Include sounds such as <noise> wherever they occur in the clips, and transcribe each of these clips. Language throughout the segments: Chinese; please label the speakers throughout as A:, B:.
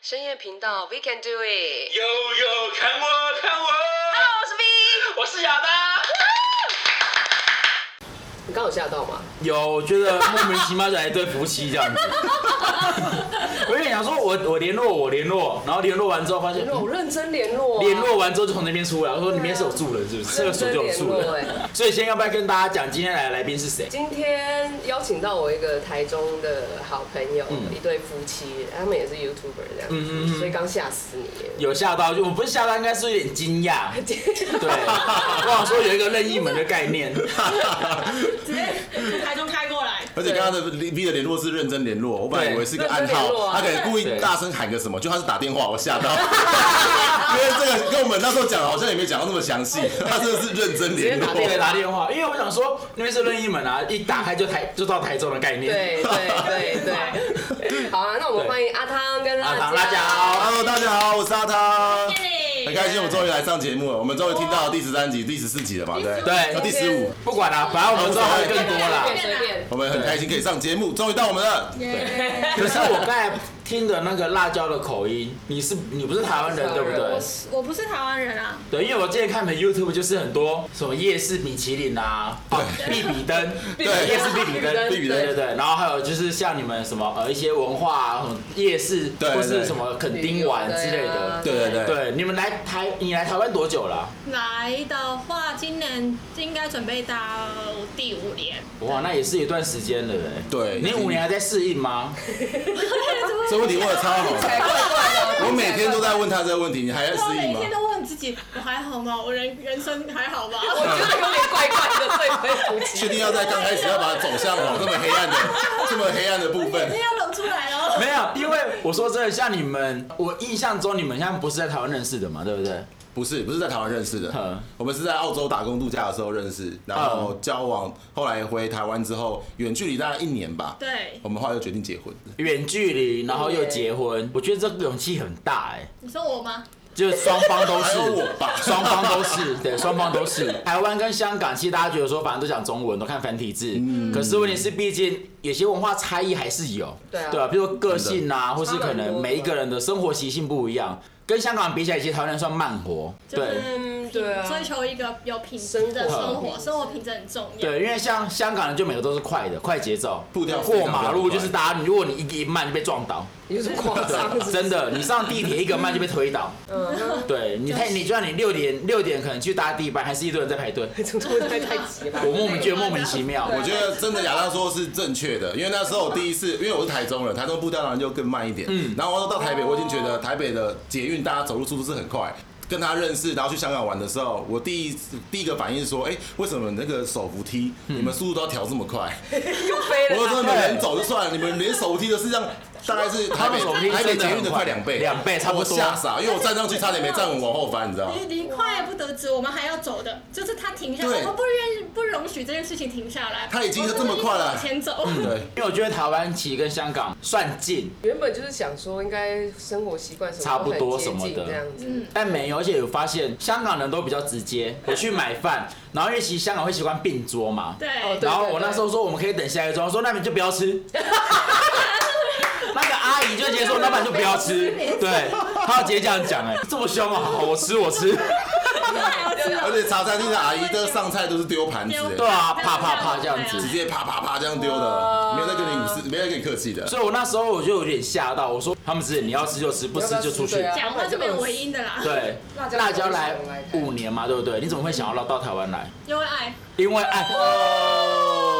A: 深夜频道，We can do it。
B: 悠悠，看我，看我，
A: Hello，我是 V。
B: 我是亚当。
A: 你刚有吓到吗？
B: 有，我觉得莫名其妙来一对夫妻这样
A: <laughs>
B: 子。我有点想说我，我联络，我联络，然后联络完之后发现嗯
A: 联络，哦认真联络、啊。
B: 联络完之后就从那边出来，我说里面是有住人是不是？厕所就有住
A: 认真联络哎
B: 人。所以先要不要跟大家讲今天来的来宾是谁？
A: 今天邀请到我一个台中的好朋友，
B: 嗯
A: 一对夫妻，他们也是 YouTuber 这样子，
B: 嗯嗯嗯
A: 所以刚吓死
B: <laughs>
A: 你耶。
B: 有吓到，就我不是吓到，应该是有点
A: <laughs>
B: 惊讶。对，我想说有一个任意门的概念。
C: 直接从台中开过来，
D: 而且刚刚的 V 的联络是认真联络，我本来以为是一个暗
A: 认真联络
D: 号，
A: 啊
D: 他可能故意
B: 对
D: 大声喊个什么，就他是打电话，我吓到， <laughs> 因为这个跟我们那时候讲的好像也没讲到那么详细， <laughs> 他真的是认真联
A: 直接打
D: 络。
A: 电
B: 对，打电话，因为我想说那边是任意门啊，一打开就台就到台中的概念。
A: 对对对对，好啊，那我们
B: 对
A: 欢迎阿汤跟辣
B: 阿
A: 椒。
B: 唐辣椒
D: Hello，大家好，我是阿汤，
C: 耶
D: 很开心我们终于来上节目了，我们终于听到第十三集、第十四集了嘛，对不对？
B: 对
D: 啊，第十五，
B: 不管啦、反正我们之后还有更多啦。
A: 随便随便。
D: 我们很开心可以上节目，终于到我们了。
C: 耶
B: 可是我刚才听的那个辣椒的口音，你是你不是台湾人对不对
A: 我？
C: 我不是台湾人啊，
B: 对，因为我之前看的 YouTube 就是很多什么夜市米其林啊，哦必比登，
A: 对
B: 夜市必比登，
A: 必比登
B: 对对对，然后还有就是像你们什么呃一些文化啊，什么夜市
D: 对
B: 或是
D: 对
B: 什么垦丁玩之类的。
D: 对对对，
B: 对，你们来台，你来台湾多久了啊、
C: 来的话，今年应该准备到第五年，
B: 哇，那也是一段时间了哎。
D: 对
B: 你五年还在适应吗？
D: 这问题问的超好
A: 才怪怪的
D: 的，
A: 哦
D: 我每天都在问他这个问题，你还在
C: 我
D: 适
C: 每
D: 应吗
C: 天？都问自己，我还好吗？我人人生还好吗？
A: 我觉得有点怪怪的，所以不会夫
B: <laughs>
A: 妻。
D: 确定要在刚开始要把它走向往这么黑暗的、这么黑暗的部分
C: <laughs> 眼睛？要流出来哦了。
B: 没有，因为我说真的，像你们，我印象中你们像不是在台湾认识的嘛，对不对？
D: 不是，不是在台湾认识
B: 嗯
D: 的，我们是在澳洲打工度假的时候认识，然后交往，后来回台湾之后，远距离大概一年吧。
C: 对，
D: 我们后来就决定结婚。
B: 远距离，然后又结婚，我觉得这个勇气很大哎、
C: 你说我吗？
B: 就是双方都是
D: 还有我吧
B: 双方都是， <laughs> 对，双方都是。台湾跟香港，其实大家觉得说，反正都讲中文，都看繁体字。可是问题是，毕竟有些文化差异还是有，
A: 对啊
B: 比如说个性啊，或是可
A: 差蛮
B: 能
A: 多的
B: 每一个人的生活习性不一样。跟香港比起来，其实台湾人算慢活，
C: 就
B: 对。
C: 是
A: 嗯对啊
C: 追求一个有品质的生
D: 啊
C: 活，生活品质很重要。
B: 对，因为像香港人就每个都是快的，快节奏，
D: 步调非
B: 过
D: 常
B: 马路就是大家，如果你一一慢就被撞倒，
A: 你 <laughs> 是啊夸张
B: 对， <laughs> 真的，你上地铁一个慢就被推倒，
A: 嗯，
B: 对你太你就算你六点六点可能去搭地班，还是一堆人在排队，
A: 怎么会太急了吧？
B: 我莫名觉得莫名其妙，
D: 我觉得真的亚当说是正确的，因为那时候我第一次，因为我是台中人，台中步调当然就更慢一点。嗯，然后我到台北，我已经觉得台北的捷运大家走路速度是很快。跟他认识，然后去香港玩的时候，我第一第一个反应是说，哎、为什么那个手扶梯、
B: 嗯
D: 你们速度都要调这么快？
A: 又飞
D: 我说
A: 了
D: 你们人走就算了，你们连手扶梯都是这样，大概是台
B: 他
D: 北
B: 们手扶梯
D: 台北
B: 真的
D: 捷运
B: 很
D: 的
B: 快
D: 快两倍，
B: 两倍差不多
D: 我吓傻，因为我站上去差点没站稳，往后翻，你知道吗？
C: 离离快不得止，我们还要走的，就是他停下，
D: 对
C: 我们不愿不容许这件事情停下来。
D: 他已经是这么快
C: 我
D: 了
C: 们一直往前
D: <laughs>
C: 走。
D: 对，
B: 因为我觉得台湾其实跟香港算近，
A: 原本就是想说，应该生活习惯什么
B: 差不多
A: 都很接
B: 什么
A: 近
B: 的
A: 这样子。
C: 嗯，
B: 但没有，而且有发现香港人都比较直接，我去买饭，然后因为其实香港会习惯并桌嘛，
A: 哦
C: 对，
A: 对
B: 然后我那时候说我们可以等下一桌，说那你们就不要吃。那个阿姨就直接说，老板就不要吃，对，她直接这样讲，哎，这么凶啊，好，我吃我吃，
C: 啊
D: 而且茶餐厅的阿姨的上菜都是丢盘子、
C: 丢
B: 对啊，啪啪啪这样
D: 直
B: 子。
D: 接啪啪啪这样丢
A: 哇
D: 的，没有在跟你无视，没有在跟你客气的。
B: 所以我那时候我就有点吓到，我说他们只你要吃就吃，不吃就出去
A: 对。啊
C: 讲话是没有回音的啦，
B: 对，
A: 辣椒
B: 辣椒来
A: 我来看
B: 五年嘛，对不对？你怎么会想要到到台湾来？
C: 因为爱，
B: 因为爱。
C: 哦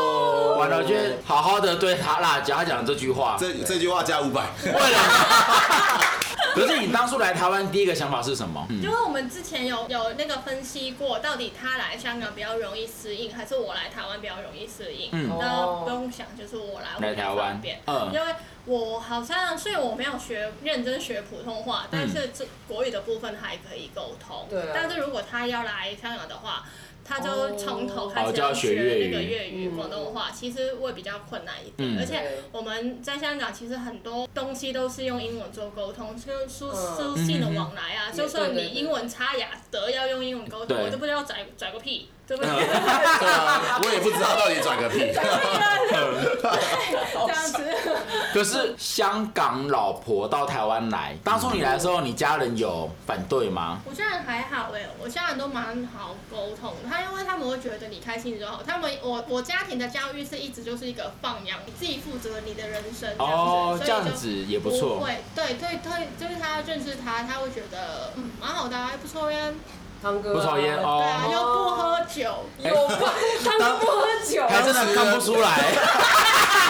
B: 完了，我觉得好好的对他辣椒，他讲的这句话，
D: 这这句话加五百，
B: 为了。 <laughs> 可是你当初来台湾第一个想法是什么？嗯
C: 因为我们之前有有那个分析过，到底他来香港比较容易适应，还是我来台湾比较容易适应？
B: 嗯
C: 那
A: 哦
C: 不用想，就是我来
B: 来台湾
C: 变，
B: 嗯
C: 因为我好像虽然我没有学认真学普通话，
B: 嗯
C: 但是这国语的部分还可以沟通。
A: 对啊
C: 但是如果他要来香港的话，他就从头开
B: 哦
C: 始
B: 就要学
C: 学
B: 粤语
C: 那个粤语、
A: 嗯
C: 广东话，其实会比较困难一点。
B: 嗯
C: 而且
A: 对
C: 我们在香港其实很多东西都是用英文做沟通，就是书
A: 嗯
C: 书信的往来啊，
B: 嗯
A: 也
C: 就算
A: 对对
C: 你
A: 对
C: 英文差雅德要用英文沟通，
B: 对
C: 我都不知道拽拽个屁。对
B: <laughs>
C: <laughs> 不起，这
D: 对啊，我也不知道到底转
A: <laughs>
D: 个屁。
A: 啊哦
C: 样子。
B: 可是香港老婆到台湾来，当初你来的时候，你家人有反对吗？
C: 我家人还好哎、我家人都蛮好沟通。他因为他们会觉得你开心就好。他们我我家庭的教育是一直就是一个放养，你自己负责你的人生这样子，
B: 哦，
C: 所以
B: 这
C: 就
B: 样子也不
C: 不
B: 错。
C: 会，对对对，就是他认识他，他会觉得嗯蛮好的、啊，又不抽烟，
A: 汤哥啊
B: 不抽烟
C: 对啊，
B: 哦，
C: 又不喝酒，
A: 有吧？汤哥不喝酒，
B: 还真的看不出来。
D: <laughs>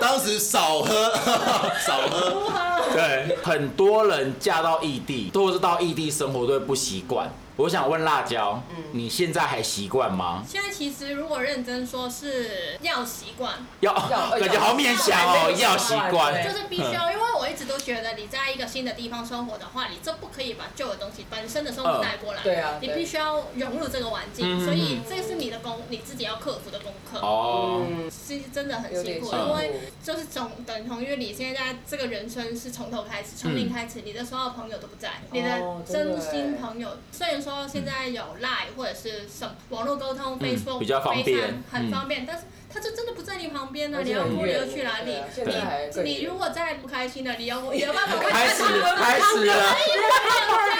D: 当时少喝， <laughs> 少喝。
C: 不喝。
B: 对，很多人嫁到异地，或者是到异地生活都会不习惯。我想问辣椒，你现在还习惯吗？
C: 现在其实如果认真说，是要习惯，
B: 要哦
A: 要
B: 感觉好勉强哦，
A: 要
B: 要习
A: 对
B: 惯。
C: 就是必须要，
B: 嗯
C: 因为我一直都觉得你在一个新的地方生活的话，你这不可以把旧的东西本身的生活带过来，
A: 嗯对啊
C: 你
A: 对
C: 必须要融入这个环境，
B: 嗯
C: 所以这是你的功，你自己要克服的功课。
B: 哦，
A: 嗯，
C: 其实真的很辛苦，
A: 有点辛苦
C: 因为就是从等同于你现在这个人生是从头开始，从
B: 嗯
C: 零开始，你的所有朋友都不
A: 哦
C: 在，你的真心朋友，虽然说现在有 Line 或者是什么网络沟通、
B: 嗯
C: Facebook
B: 比较方便
C: 非常
B: 嗯
C: 很方便，但是他就真的不在你旁边呢，啊
A: 而
C: 你
A: 且
C: 要
A: 很
C: 哭你
A: 远
C: 要去哪里
A: 对啊？现在还
C: 你
A: 更
C: 你
A: 远
C: 如果再不开心了，你要你有办
B: <laughs>
C: 法
B: 开始开始了，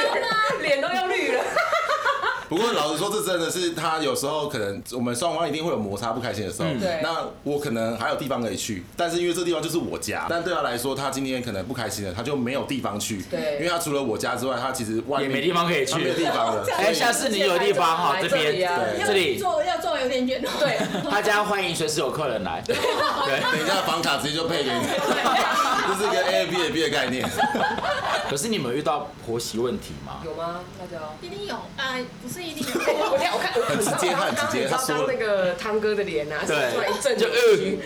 A: <laughs> 脸都要绿了。
D: 不过老实说，这真的是他有时候可能我们双方一定会有摩擦不开心的时候。
B: 嗯
A: 对
D: 那我可能还有地方可以去，但是因为这地方就是我
A: 嗯
D: 家，但对他来说，他今天可能不开心了，他就没有地方去。
A: 对
D: 因为他除了我家之外，他其实外面
B: 也没地方可以去
D: 他没有地方了。
B: 哎，下次你有地方哈，这
A: 这里
B: 边
A: 啊
D: 对
B: 这里，
C: 坐要坐有点远哦。
A: 对，
B: 他家欢迎随时有客人来。对，
D: 等一下房卡直接就配
A: <laughs>
D: 给你， <laughs> 这是一个 A B A B 的概念。
B: 可是你们有遇到婆媳问题吗？
A: 有吗？大
C: <laughs>
A: 家？
C: <laughs> 一定有，呃，不是一定
B: <laughs>
C: 有。
A: 我看，我看，
D: 很直接他很直接
A: 你知道
D: 他说
A: 刚
D: 了
A: 那个汤哥的脸啊，是
B: 对
A: 突然一嗯阵
B: 就呃
A: 扭曲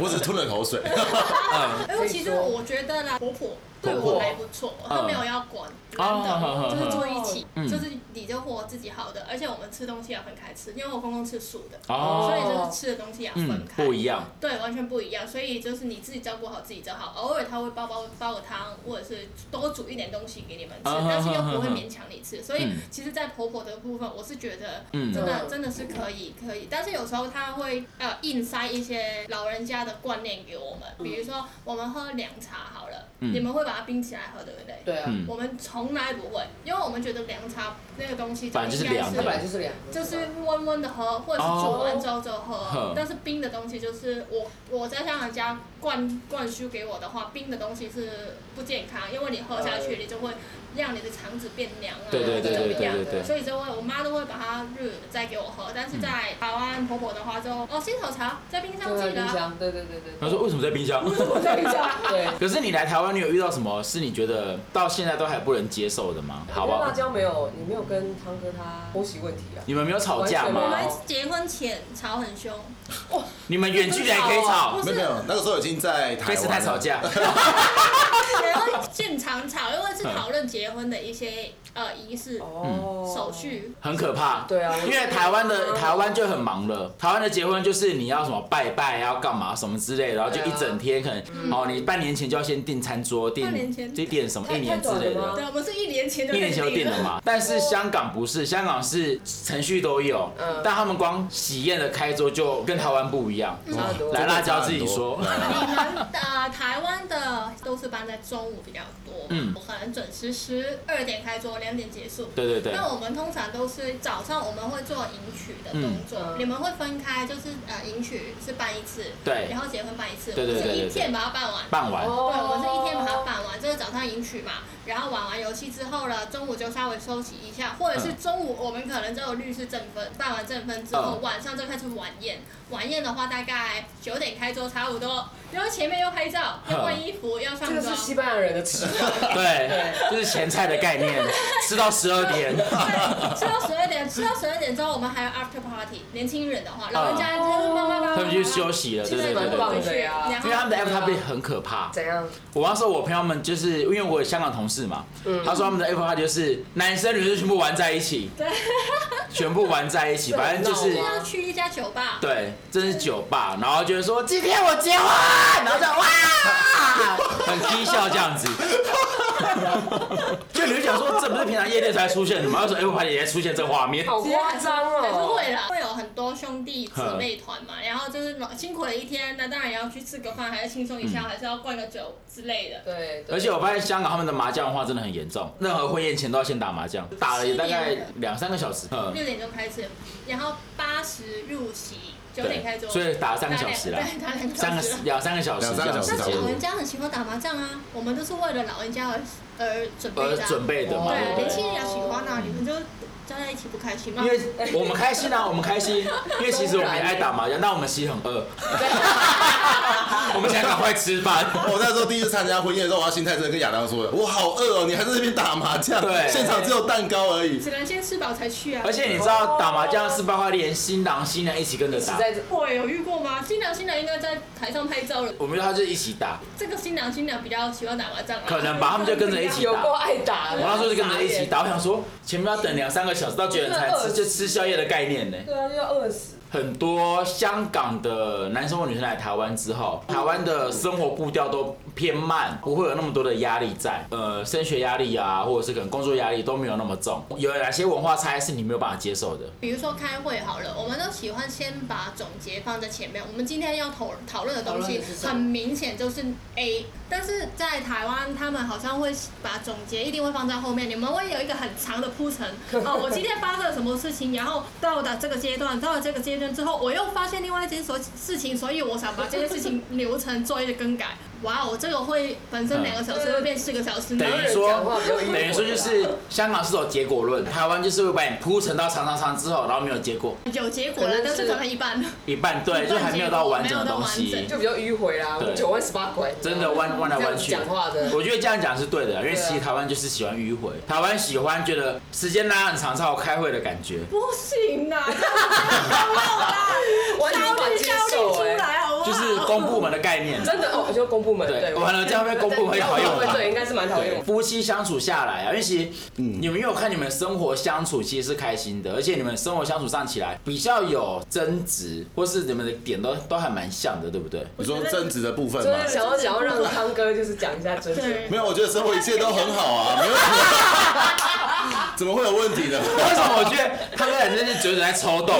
D: 我只吞了口水。
B: 嗯，
C: 因为其实哎我觉得啦，婆婆对
B: 婆婆
C: 我还不错，她没有要管，
B: 哦
C: 难得就是坐一起
B: 嗯，
C: 就是你就和我自己好的，而且我们吃东西要分开吃，因为我公公吃素的，
B: 哦
C: 所以就是吃的东西要
B: 嗯
C: 分，开，
B: 不一样。
C: 对，完全不一样。所以就是你自己照顾好自己就好，偶尔他会煲煲煲个汤，或者是多煮一点东西给你们吃
B: 啊，
C: 但是又不会勉强你吃。所以
B: 嗯
C: 其实，在婆婆的部分，我是觉得
B: 嗯
C: 真的
A: 嗯
C: 真的是可以可以，但是有时候他会呃硬塞一些老人家的观念给我们，比如说我们喝凉茶好了，
B: 嗯
C: 你们会把它冰起来喝，对不对？。
A: 对啊，
B: 嗯
C: 我们从来不会，因为我们觉得凉茶那个东西，
B: 反正就是凉
A: 它
B: 的
A: 本来就是两个，
C: 就是温温的喝，或者是煮完之后就喝。
B: 哦
C: 但是冰的东西就是我我在香港家灌灌输给我的话，冰的东西是不健康，因为你喝下去，你就会让你的肠子变凉啊，
B: 对对对
C: 怎
B: 对
C: 么样
B: 对对对。
C: 所以就会我妈都会把它热再给我喝，但是在台湾婆婆的话就哦新手茶在冰
A: 对
C: 箱
A: 啊
C: 记得
A: 冰
C: 啊，
A: 箱，对对对对。
B: 他说为什么在冰箱？
A: 我在冰箱，
C: <laughs>
A: 对。
B: 可是你来台湾，你有遇到什么是你觉得到现在都还不能接受的吗？好不啊
A: 辣
B: 好？
A: 椒没有，你没有跟汤哥他婆媳问题啊？
B: 你们没有吵架
C: 我
B: 吗
A: 完？
C: 们结婚前吵
A: <laughs>
C: 很凶，
B: 你们远距离还可以吵
C: 不，
D: 没
C: 是
D: 有没有，那个时候已经在
B: 哦
D: 台
B: 啊开始
D: 湾
B: 在
D: 了
B: 吵。架。
C: 结婚现场吵，因为是讨论结婚的一些呃仪
B: 嗯
C: 式、
A: 哦，
C: 手。续。
B: 很可怕。
A: 对啊我
B: 因为台湾的台湾就很忙了，台湾的结婚就是你要什么拜拜，要干嘛什么之类的，然后就一整天可能
A: 嗯
B: 哦，你半年前就要先订餐桌，订
C: 半年前
B: 就订什么
A: 太
B: 一年之
A: 太短了
B: 类 <laughs> 的
A: 吗。
C: 对，我们是一年前就
B: 一年前就订
C: 定
B: 了嘛，但是香港不是，香港是程序都有，
A: 嗯
B: 但他们光喜宴的开桌就跟台湾不一样。
A: 差很多
B: 来辣椒自己说，
C: 你们呃，台湾的都是搬在中午比较多，
B: 嗯
C: 我可能准时十二点开桌，两点结束。
B: <laughs> 对对对，
C: 那我们通常都是早上我们会做迎娶的动作，
A: 嗯
C: 你们会分开，就是呃迎娶是办一次，
B: 对
C: 然后结婚办一次，
B: 对对对
C: 我们
B: 对
C: 是
B: 对
C: 一天把它办完。
B: 办完
A: 哦
C: 对，我们是一天把它办完，就是早上迎娶嘛，然后玩完游戏之后呢，中午就稍微休息一下，或者是中午我们可能就有律师正分，办完正分之后，
B: 嗯
C: 晚上就开始晚宴。晚宴的话，大概九点开桌差不多，因为前面要拍照，要换衣服，要上
A: 这个
C: 妆，
A: 是西班牙人的吃法，
B: 对，就是前菜的概念， <laughs> 吃到十二点， <laughs>
C: 对，吃到十二点，吃到十二点之后，我们还有 after party。年轻人的话，老人家
A: 哦
C: 他就慢慢慢慢慢慢，
B: 他们就休息了，对对对
A: 蛮
B: 对
A: 棒
B: 对。
A: 的呀。
C: 然
B: 因为他
C: 后
B: 们的 F T P 很可怕，
A: 怎样？
B: 我要说，我朋友们就是因为我有香港同事嘛，
A: 嗯
B: 他说他们的 Apple Party 就是男生女生全部玩在一起，
C: 对，
B: 全部玩在一起，反正就是
A: 这很闹啊
C: 要去一家酒吧，
B: 对，这是酒吧，然后就是说今天我结婚，然后就哇，很低笑这样子，就你会想说，这不是平常夜店才出现的吗？他说，哎，我发现也在出现这个画面。
C: 哦
A: 好夸张
C: 还是
A: 哦！
C: 会啦，会有很多兄弟姊妹团
B: 嗯
C: 嘛，然后就是老辛苦了一天，那当然也要去吃个饭，还是轻松一下，还是要灌个酒之类的。
A: 对，对
B: 而且我发现香港他们的麻将文化真的很严重，任何婚宴前都要先打麻将，打了也大概两三个小时。嗯，
C: 六点钟开始，然后八十入席，九
B: 对
C: 点开桌，
B: 嗯所以打三个小时啦
C: 打两对，打两个
B: 三
C: 小
B: 个
C: 时啦。
B: 两三个小时
D: 两
B: 这
D: 三个
B: 样
D: 小
B: 子
D: 时
C: 那
D: 差
B: 结
D: 不多
C: 老
B: 束
C: 人，家很喜欢打麻将啊，我们都是为了老人家而而准备
B: 呃，
C: 的啊、
B: 准备的嘛。
D: 哦
C: 对，
B: 对
C: 年轻人也喜欢啊，你们就站在一起不开心吗？
B: 因为我们开心啊，我们开心，因为其实我们也爱打麻将，但我们其实很饿，我们想赶快吃饭。
D: 哦我那时候第一次参加婚宴的时候，我要心态真的跟亚当说的，我好饿哦，你还在那边打麻将，
B: 对
D: 现场只有蛋糕而已。
C: 只能先吃饱才去啊。
B: 而且你知道打麻将是包括连新郎新娘一起跟着
A: 实
B: 打，
A: 在是
C: 会有遇过吗？新郎新娘应该在台上拍照了。
B: 我们他就一起打，
C: 这个新郎新娘比较喜欢打麻将啊，
B: 可能吧他们就跟着一起
A: 有够爱打
B: 我
A: 的。
B: 那时候就跟着一起打，我想说前面要等两三个小时到九点才吃，就吃宵夜的概念呢。
A: 对啊，要饿死。
B: 很多香港的男生或女生来台湾之后，台湾的生活步调都偏慢，不会有那么多的压力在，呃，升学压力啊，或者是可能工作压力都没有那么重。有哪些文化差异是你没有办法接受的？
C: 比如说开会好了，我们都喜欢先把总结放在前面。我们今天要讨讨论的东
A: 讨论
C: 西
A: 的是什么
C: 很明显就是 A，但是在台湾他们好像会把总结一定会放在后面，你们会有一个很长的铺陈。
B: <laughs>
C: 哦，我今天发生了什么事情，然后到达这个阶段，到了这个阶段之后，我又发现另外一件所事情，所以我想把这件事情流程做一个
B: <laughs>
C: 更改。
B: 嗯
C: 哇哦，这个会本身两个小时会变四个小时，
B: 等
C: 然后
B: 于
A: 讲话
B: 说
A: 比较，迂
B: 等于说
A: 回啊
B: 就
A: 啦
B: 是香港是走结果论，台湾就是会把你铺陈到长长长之后，然后没有结果，
C: 有结果了，但是可能一半。
B: 一半对，
C: 一半
B: 就还没有到完整的东
C: 结果没有到完
B: 西
C: 整。
A: 就比较迂回啦，
B: 对
A: 九弯十八拐，
B: 真的弯弯来弯去
A: 这样讲话
B: <laughs>
A: 的，
B: 我觉得这样讲是对的，因为其
A: 对
B: 实
A: 啊
B: 台湾就是喜欢迂回，台湾喜欢觉得时间拉很长才有开会的感觉。
C: 不行啊，这样子太暴露啦
A: 完全无法接受
C: 出
A: 哎，
C: 来好不好？
B: 就是公部门的概念。
A: 真的哦，就公部门
B: 对
A: 对，
B: 完了这样被公部门讨厌吧
A: 对，应该是蛮讨厌
B: 啊对，
A: 的。
B: 夫妻相处下来啊，因为其实你们有看你们生活相处其实是开心的，而且你们生活相处上起来比较有争执，或是你们的点都都还蛮像的，对不对？
D: 你说争执的部分
A: 就
D: 吗
A: 是？想要想要让汤哥就是讲一下真实，，
C: 对
D: 没有，我觉得生活一切都很好啊，没有什么，怎么会 <laughs> 有问题呢？
B: 为什么我觉得他们俩真是嘴嘴在抽动？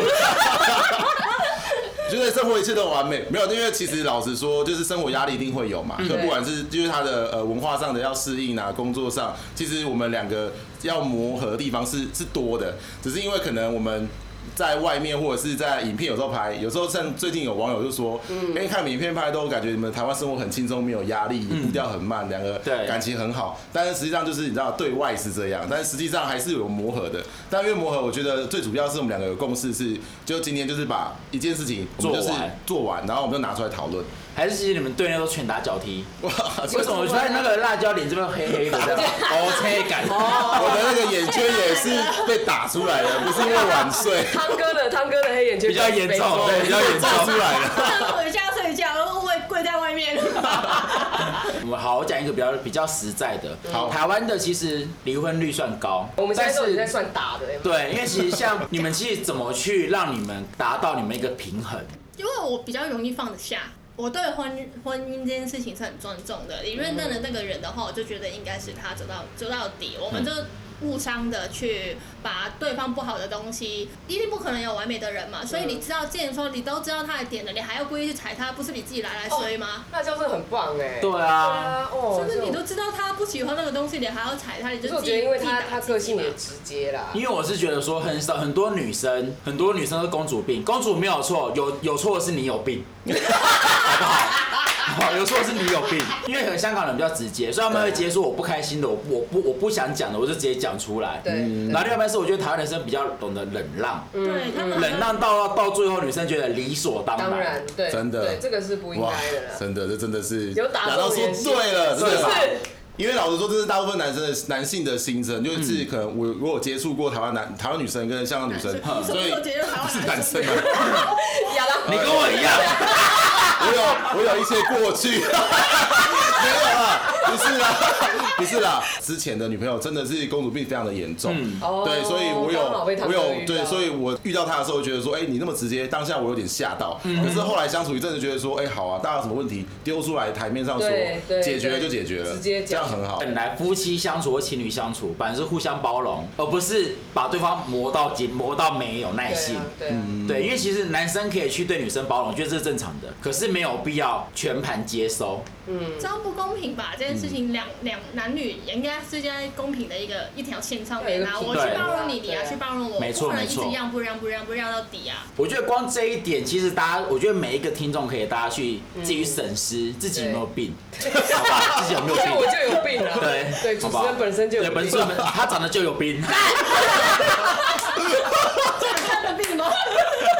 D: 觉得生活一切都完美，没有，因为其实老实说，就是生活压力一定会有嘛，就不管是就是他的呃文化上的要适应啊，工作上，其实我们两个要磨合的地方是是多的，只是因为可能我们。在外面或者是在影片，有时候拍，有时候像最近有网友就说，哎、看你们影片拍都感觉你们台湾生活很轻松，没有压力，步调很慢，两个
B: 对
D: 感情很好。但是实际上就是你知道，对外是这样，但实际上还是有磨合的。但因为磨合，我觉得最主要是我们两个有共识是，就今天就是把一件事情我们就是
B: 做完
D: 做完，然后我们就拿出来讨论。
B: 还是其实你们队内都拳打脚踢？
D: 哇，
B: 为什么我觉得那个辣椒脸这边黑黑的这样？OK 感。
D: 我的那个眼圈也是被打出来的，不是因为晚睡
A: 汤哥的汤哥的黑眼圈
B: 比较严
A: 被
B: 重
A: 说
B: 对比较严重
D: 打出来的。
C: 回家睡觉，然后跪跪在外面。
B: <laughs> 我好，我讲一个比较比较实在的。
D: 好
B: 台湾的其实离婚率算高，
A: 我们现在都
B: 但
A: 已
B: 是
A: 经在算打的欸，
B: 对，因为其实像你们其实怎么去让你们达到你们一个平衡？
C: 因为我比较容易放得下，我对婚婚姻这件事情是很尊重的。你认认了那个人的话，我就觉得应该是他走到走到底，我们就互相的去把对方不好的东西，一定不可能有完美的人嘛。所以你知道，既然说你都知道他的点了，你还要故意去踩他，不是你自己来来衰吗？
A: 辣椒真的很棒哎，
B: 对啊，
A: 哦，
C: 就是你都知道他不喜欢那个东西，你还要踩他，你
A: 可
C: 就是自
A: 我
C: 己
A: 觉得因为他
C: 自己打
A: 他
C: 自
A: 个
C: 己
A: 性
C: 嘛
A: 也直接啦，
B: 因为我是觉得说很少很多女生，很多女生都公主病，公主没有错，有有错的是你有
A: <laughs>
B: 病，好不好？好有错的是你有病，因为可能香港人比较直接，所以他们会直接说我不开心的，我不我不我不想讲的，我就直接讲出来。嗯
A: 对
B: 然后另外一半是我觉得台湾男生比较懂得忍让，
D: 嗯
C: 对他们
B: 忍让到到最后女生觉得理所当
A: 当
B: 然
A: 然。对，
D: 真的
A: 对这个是不应
D: 哇
A: 该的啦，
D: 真的，这真的是
A: 有打
D: 亚
A: 中
D: 当说
A: 人心
D: 对了，真的
B: 是吧
D: 是。因为老实说，这是大部分男生的男性的心声，就是可能我我有接触过台湾男台湾女生跟香港女生，所以
C: 我觉得台
D: 不是
C: 湾
D: 男
C: 男生
D: 生啊，
A: 亚当
B: 你跟我一样。
D: <laughs> 我有我有一些过去，没有啊，不是啊，不是啦，之前的女朋友真的是公主病非常的严重，
B: 嗯
A: 哦
D: 对，所以我有
A: 刚好被他
D: 我
A: 们
D: 有
A: 遇到
D: 对，所以我遇到她的时候觉得说，哎，你那么直接，当下我有点吓到，
A: 嗯
D: 可是后来相处一阵子，觉得说，哎，好啊，大家有什么问题丢出来台面上说
A: 对，对
D: 解决了
A: 对
D: 就解决了，
A: 直接
D: 这
A: 讲
D: 样很好。
B: 本来夫妻相处或情侣相处，本来是互相包容，而不是把对方磨到紧，磨到没有耐
A: 对
B: 性
A: 啊。对啊，
B: 对，因为其实男生可以去对女生包容，我觉得这是正常的，可是没有必要全盘接收。
A: 嗯
C: 这，样不公平吧？这件事
D: 嗯
C: 情两两男女也应该是在公平的一个一条线上面啊，
A: 对
C: 我去包容你，你要去包容我，
B: 没错
C: 不能一
B: 没
C: 直
B: 错
C: 让不让不让不让到底
D: <laughs>
C: 啊。
B: 我觉得光这一点，其实大家，我觉得每一个听众可以大家去自己审
A: 嗯
B: 视自己有没有病，好吧？自己有
A: <laughs>
B: 没有
A: 像我
B: 病？
A: 就有病了，
B: 对
A: 对，主
B: 好
A: 持
B: 吧
A: 人本身就有
B: 对，本
A: 病，
B: 身他长得就有病，
C: 看的病吗？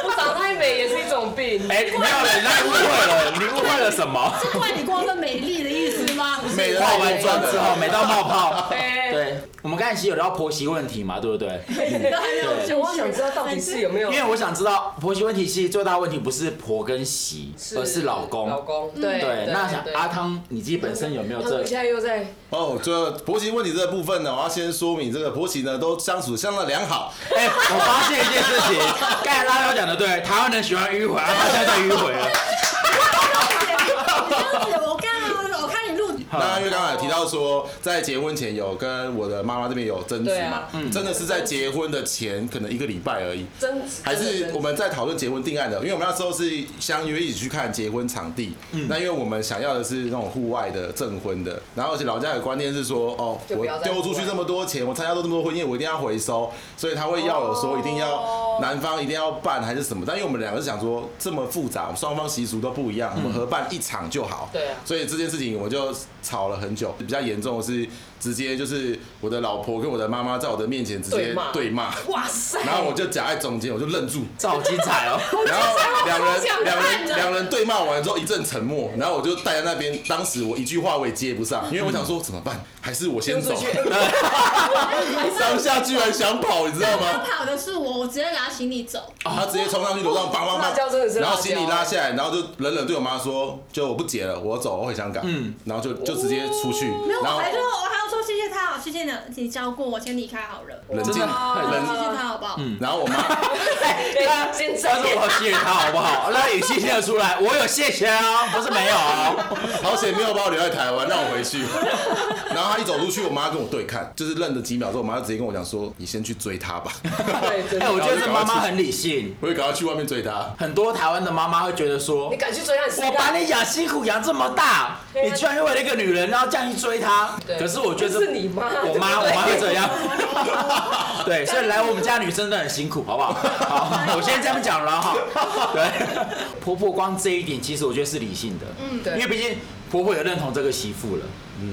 A: 不长太美也是一种病，
B: 哎，没有，你那误会 <laughs> 了，你误会了什么？
C: 是怪你过分美丽的意思
D: <laughs>
C: 吗？
D: 美人
B: 化
D: 太
B: 完
D: 多
B: 妆
D: 专
B: 之后，
D: 的，
B: 美到冒泡。
A: 哎
B: <laughs> 对，我们刚才其实有聊到婆媳问题嘛，对不 <laughs> 对？
C: 你都还没有
A: 对哎我想知道到底是有没有，
B: 因为我想知道婆媳问题，其实最大的问题不是婆跟媳，而是老
A: 老
B: 公。
A: 公，
C: 对
B: 对，那想
A: 对
B: 阿汤，你自己本身有没有
A: 他们
B: 这
A: 现在又 <laughs> 在
D: 哦，这婆媳问题这个部分呢，我要先说明，这个婆媳呢都相处相当良好，
B: 哎、我发现一件事情，刚才拉拉讲的对，台湾人喜欢迂回，他现在在迂回了。
C: 这样子，我
A: 哦
C: 看我看你录，
D: 那因为刚才有提到说，在结婚前有跟我的妈妈这边有争执
A: 对
D: 嘛
A: 啊，
D: 真的是在结婚的前可能一个礼拜而已。
A: 争，
D: 还是我们在讨论结婚定案的，因为我们那时候是相约一起去看结婚场地。那因为我们想要的是那种户外的证婚的，然后而且老家的观念是说，哦，
A: 就
D: 我
A: 不要再
D: 丢出去这么多钱，我参加都这么多婚宴，我一定要回收，所以他会要有说一定要
A: 哦
D: 男方一定要办还是什么。但因为我们两个是想说这么复杂，双方习俗都不一样，我们合办一场就好。
A: 对啊
D: 所以这件事情我就吵了很久，比较严重的是直接就是我的老婆跟我的妈妈在我的面前直接
A: 对骂
D: 对骂。
A: 哇塞，
D: 然后我就夹在中间，我就愣住，
B: 这好精彩 <laughs> 哦！
D: 然后两人
A: 想看
D: 两人
A: 的
D: 两人对骂完之后一阵沉默，然后我就待在那边，当时我一句话我也接不上，因为我想说怎么办，还是我先
A: 丢出
D: 走。啊
A: 去，
D: <laughs> 当下居然想跑，你知道
C: 他
D: 吗？啊
C: 跑的是我，我直接给他行李走。
D: 他直接冲上去楼上，砰砰
A: 辣椒真的
D: 砰，
A: 是辣椒
D: 然后行李拉下来，然后就冷冷对我妈说：“就我不结了，我走，我回香港。”嗯，然后就就直接出去
A: 哦
C: 没有，，
D: 然
C: 我
D: 后
C: 还说，我还要说谢谢他，谢谢你，你教过我，先离开好了。
D: 冷静
B: 真的很
A: 哦
C: 谢
D: 冷静，
C: 谢他好不好？
D: 然后我妈。
A: 对，哎先
B: 他说我谢谢他好不好？那语气听得出来，我有谢谢哦，不是没有哦。
D: 好险没有把我留在台湾，让我回去。然后他一走出去，我妈跟我对看，就是愣了几秒之后，我妈就直接跟我讲说：“你先去追他吧。
A: 对，真
B: 哎、我
A: 的，
B: 觉得这妈妈很理性”，
D: 我就赶快去外面追他。
B: 很多台湾的妈妈会觉得说
A: 你，啊敢去追他，
B: 我把你养辛苦养这么大，你居然为了一个女人，然后这样去追她。
A: 啊对
B: 可是我觉得这
A: 是你啊妈
B: 我妈，我妈会这
A: <laughs>
B: 样。对，所以来我们家女生都很辛苦，好不好？
A: <laughs>
B: 好，我先这样讲了哈。对，婆婆光这一点，其实我觉得是理性的，嗯，
A: 对
B: 因为毕竟婆婆也认同这个媳妇了，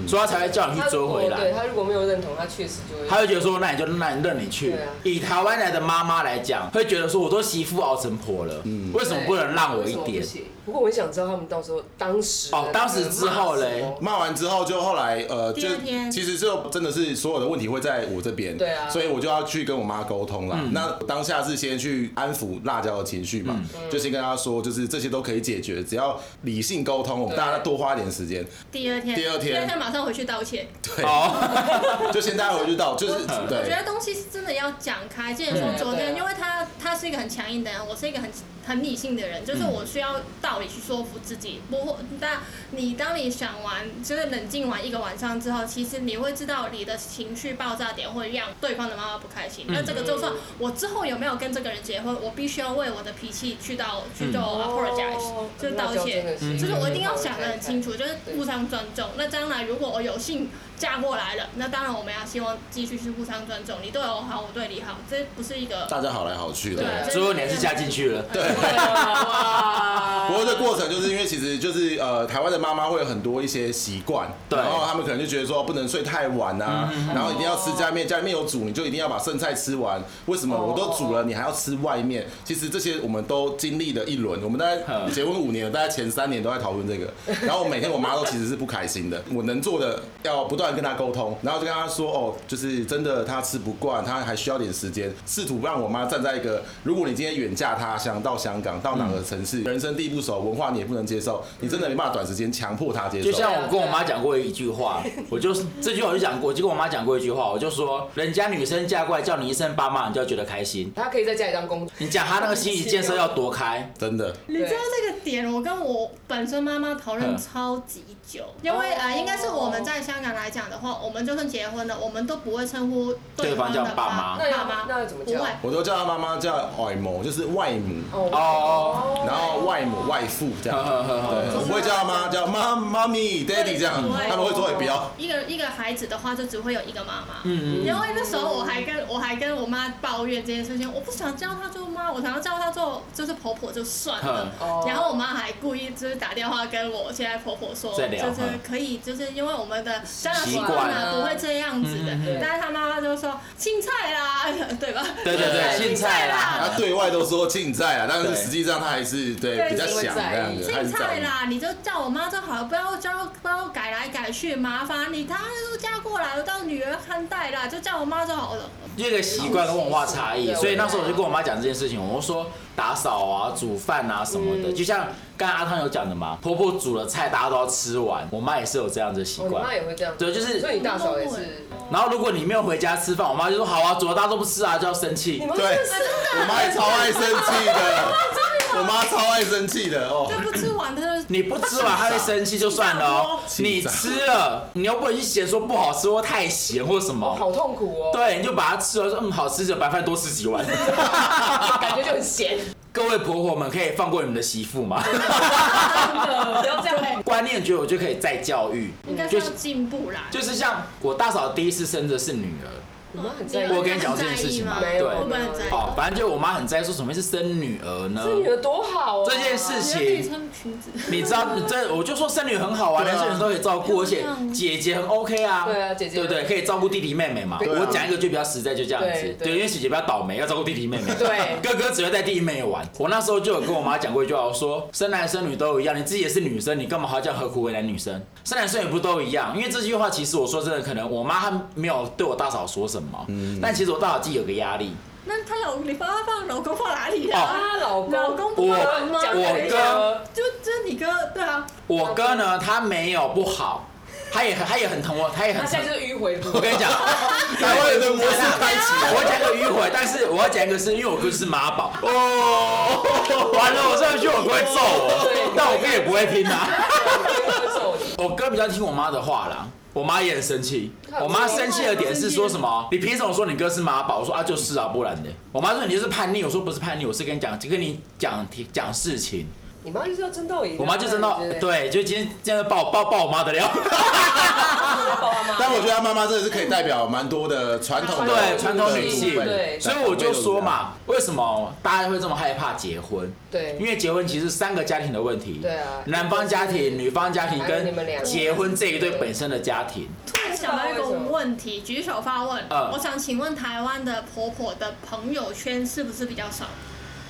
B: 所以她才会叫你去追回
A: 对啊
B: 来。
A: 他如果没有认同，他确实就
B: 她
A: 会。
B: 会觉得说，那你就那你任你去
A: 对啊。
B: 以台湾来的妈妈来讲，会觉得说，我都媳妇熬成婆了，
A: 嗯
B: 为什么不能让我一点？？
A: 不过我很想知道他们到时候当时
B: 哦当时之后嘞
C: 哦
D: 骂完之后，就后来呃，
C: 第
D: 就
C: 二天
D: 其实就真的是所有的问题会在我这边，
A: 对啊
D: 所以我就要去跟我妈沟通啦。那当下是先去安抚辣椒的情绪嘛，就先跟她说，就是这些都可以解决，只要理性沟通，我
A: 对
D: 们大家多花一点时间。
C: 第二天，
D: 第二天
C: 第二天马上回去道歉。
D: 对，
B: <laughs> 哦，
D: 就先大家回去到，就是
C: 我觉
D: 对
C: 得东西是真的要讲开。之前说昨
A: 对
C: 天，
A: 啊
C: 因为他他是一个很强硬的人，我是一个很很理性的人，就是我需要道理去说服自己。不过，但你当你想完，就是冷静完一个晚上之后，其实你会知道你的情绪爆炸点会让对方的妈妈不开心。那这个就算我之后有没有跟这个人结婚，我必须要为我的脾气去道去做
A: 哦
C: apologize，就是道歉。就是我一定要想得很清楚，就是
A: 对
C: 互相尊重。那将来如果我有幸嫁过来了，那当然我们要希望继续是互相尊重，你对我好，我对你好，这不是一个
D: 大家好来好去的。
C: 对
B: 最后你还是嫁进去了。
D: 对，
A: 啊
B: <laughs>
A: 哇
D: 不过这过程就是因为其实就是呃，台湾的妈妈会有很多一些习惯，
B: 对
D: 然后他们可能就觉得说哦不能睡太晚啊，然后一定要吃家里面，家里面有煮你就一定要把剩菜吃完，为什么我都煮了你还要吃外面？其实这些我们都经历了一轮，我们大概
B: 嗯
D: 结婚五年，大概前三年都在讨论这个，然后每天我妈都其实是不开心的，我能做的要不断断跟他沟通，然后就跟他说哦，就是真的他吃不惯，他还需要点时间，试图让我妈站在一个，如果你今天远嫁他乡到香港到哪个城市，
B: 嗯
D: 人生地不熟，文化你也不能接受，你真的没办法短时间强迫他接受。
B: 就像我跟我妈讲过一句话，我就是这句话我就讲过，就跟我妈讲过一句话，我就说，人家女生嫁过来叫你一声爸妈，你就要觉得开心。
A: 他可以在家里当公主，
B: 你讲她那个心理建设要
A: <laughs>
B: 多开，
D: 真的，
C: 你知道这个点，我跟我本身妈妈讨
B: <laughs> 嗯
C: 论超级久，因为
A: 哦
C: 呃，应该是我们在香港来讲的话，我们就算结婚了，我们都不会称呼方的
B: 对方叫爸妈
A: 那要
C: 爸妈
A: 那要怎么
C: 不
A: 叫
C: 会。
D: 我都叫他妈妈叫外母，就是外母，
B: 哦
D: 然后外母外父
B: <laughs>
D: 这样。
B: 呵呵呵呵
D: 对，我不会叫他妈叫妈妈咪 daddy 这样
C: 不会，
D: 他们会说也不要。
C: 一个一个孩子的话，就只会有一个妈妈。
B: 嗯
C: 因为那时候我还跟我还跟我妈抱怨这件事情，我不想叫她做妈，我想要叫她做就是婆婆就算了。
B: 嗯
A: 哦
C: 然后我妈还故意就是打电话跟我现在婆婆说，
B: 再聊
C: 就是
B: 嗯
C: 可以，就是因为我们的家长习
B: 习
C: 惯
B: 惯
C: 啊不会这样子的
B: 嗯嗯
A: 嗯。
C: 但是她妈妈就说青菜啦， <laughs> 对吧？
B: 对对对，
A: 对
B: 现在啦
D: 他，对外都说竞在啊，但是实际上他还是对
C: 对
D: 比较想这样子，他
C: 青
D: 是在
C: 菜
D: 意。
C: 啦，你就叫我妈就好了，不要叫不要改来改去，麻烦你。她就嫁过来，我当女儿看待啦，就叫我妈就好了。
B: 这个习惯跟文化差异，
A: 对
B: 所以那时候我就跟我妈讲这件事情，我说打扫啊、煮饭啊什么的，就像刚刚阿汤有讲的嘛，婆婆煮的菜大家都要吃完，我妈也是有这样的习
A: 我妈
B: 惯。
A: 也会这样，
B: 对，就是
A: 所以你大嫂也是，
B: 然后如果你没有回家吃饭，我妈就说好啊，煮了大家都不吃啊，就要生气。
A: 你们
D: 对
A: 真的是
D: 我妈也超爱生气
A: <laughs>
D: 的，我妈超爱生气的哦。
C: 这不吃完的
B: 你不吃完她会生气就算了哦，
D: 气炸
B: 你吃了，你又不能去嫌说不好吃或太咸或什么，
A: 好痛苦哦，
B: 对，你就把它吃了，说嗯好吃就白饭多吃几碗。啊
A: 感觉就很咸，真
B: 各位婆婆们可以放过你们的媳妇吗？
A: <laughs>
B: <laughs>
A: 的不要这样，
B: 观念觉得我就可以再教育，
C: 应该是要进步啦。
B: 就是像我大嫂第一次生的是女儿，
A: 你妈很在意，
B: 我跟你讲这件事情嘛，
A: 没
B: 对
A: 有，，
C: 我本来在
B: 好，反正就我妈很在意说什么是生女儿呢
A: 这？女的多好哦，
B: 呃这件事
C: 你要自己
B: 情，
C: 穿裙子。
B: 你知道，这我就说生女儿很好啊，
D: 对啊
B: 男生女生都可以照顾，而且姐姐很 OK 啊，
A: 对啊姐姐
B: 对不对？可以照顾弟弟妹妹嘛。
A: 对
D: 啊
B: 我讲一个就比较实在，就这样
A: 对
B: 子，
A: 对
B: 对，因为姐姐比较倒霉，要照顾弟弟妹妹，
A: 对
B: 哥哥只会带弟弟妹妹玩。我那时候就有跟我妈讲过一句话，我说生男生女都一样，你自己也是女生，你干嘛还要这样何苦为难女生？生男生女不都一样？因为这句话其实我说真的，可能我妈她没有对我大嫂说什么，
D: 嗯
B: 但其实我大嫂自己有个压力，
C: 那她老你把她放老公放哪里
B: 哦
C: 啊？
A: 她老公
C: 老公不
B: 我
C: 放吗？
A: 讲
B: 我
A: 一
B: 哥
A: 个
C: 就就你哥对啊，
B: 我哥呢，他没有不好，他也很他也很疼我，他也很
A: 他现。
B: 疼
A: 在就是迂回不
B: 我 <laughs> 跟你讲，
D: 台湾人的模式开启了
B: 我讲一个迂回，但是我要讲一个是因为我哥是妈宝哦，完了，我上去我哥会揍我
A: 对，
B: 但我哥也不会听啊。
A: 走，
B: 我哥比较听我妈的话啦。我妈也很生气，我妈生气的点是说什么？你凭什么说你哥是妈宝？我说啊就是啊，不然的。我妈说你就是叛逆，我说不是叛逆，我是跟你讲，跟你讲讲事情。
A: 你妈就是要争到赢，
B: 我妈就真的
A: 对，
B: 对，就今天这样爆爆爆我妈的料。
A: 爸爸
B: 啊 <laughs>
A: 妈妈
D: 但我觉得他妈妈真的是可以代表蛮多的传统的
B: 对 <laughs> 传统女性
D: 部分
A: 对
B: 所以我就说，嘛，为什么大家会这么害怕结婚？因
A: 对
B: 为结婚其实是三个家庭的问题，
A: 对啊
B: 男方家庭、女方家庭
A: 还有你们
B: 跟
A: 两个
B: 结婚这一对本身的家庭，
C: 突然想到一个问题，举手发问。
B: 嗯
C: 我想请问台湾的婆婆的朋友圈是不是比较少？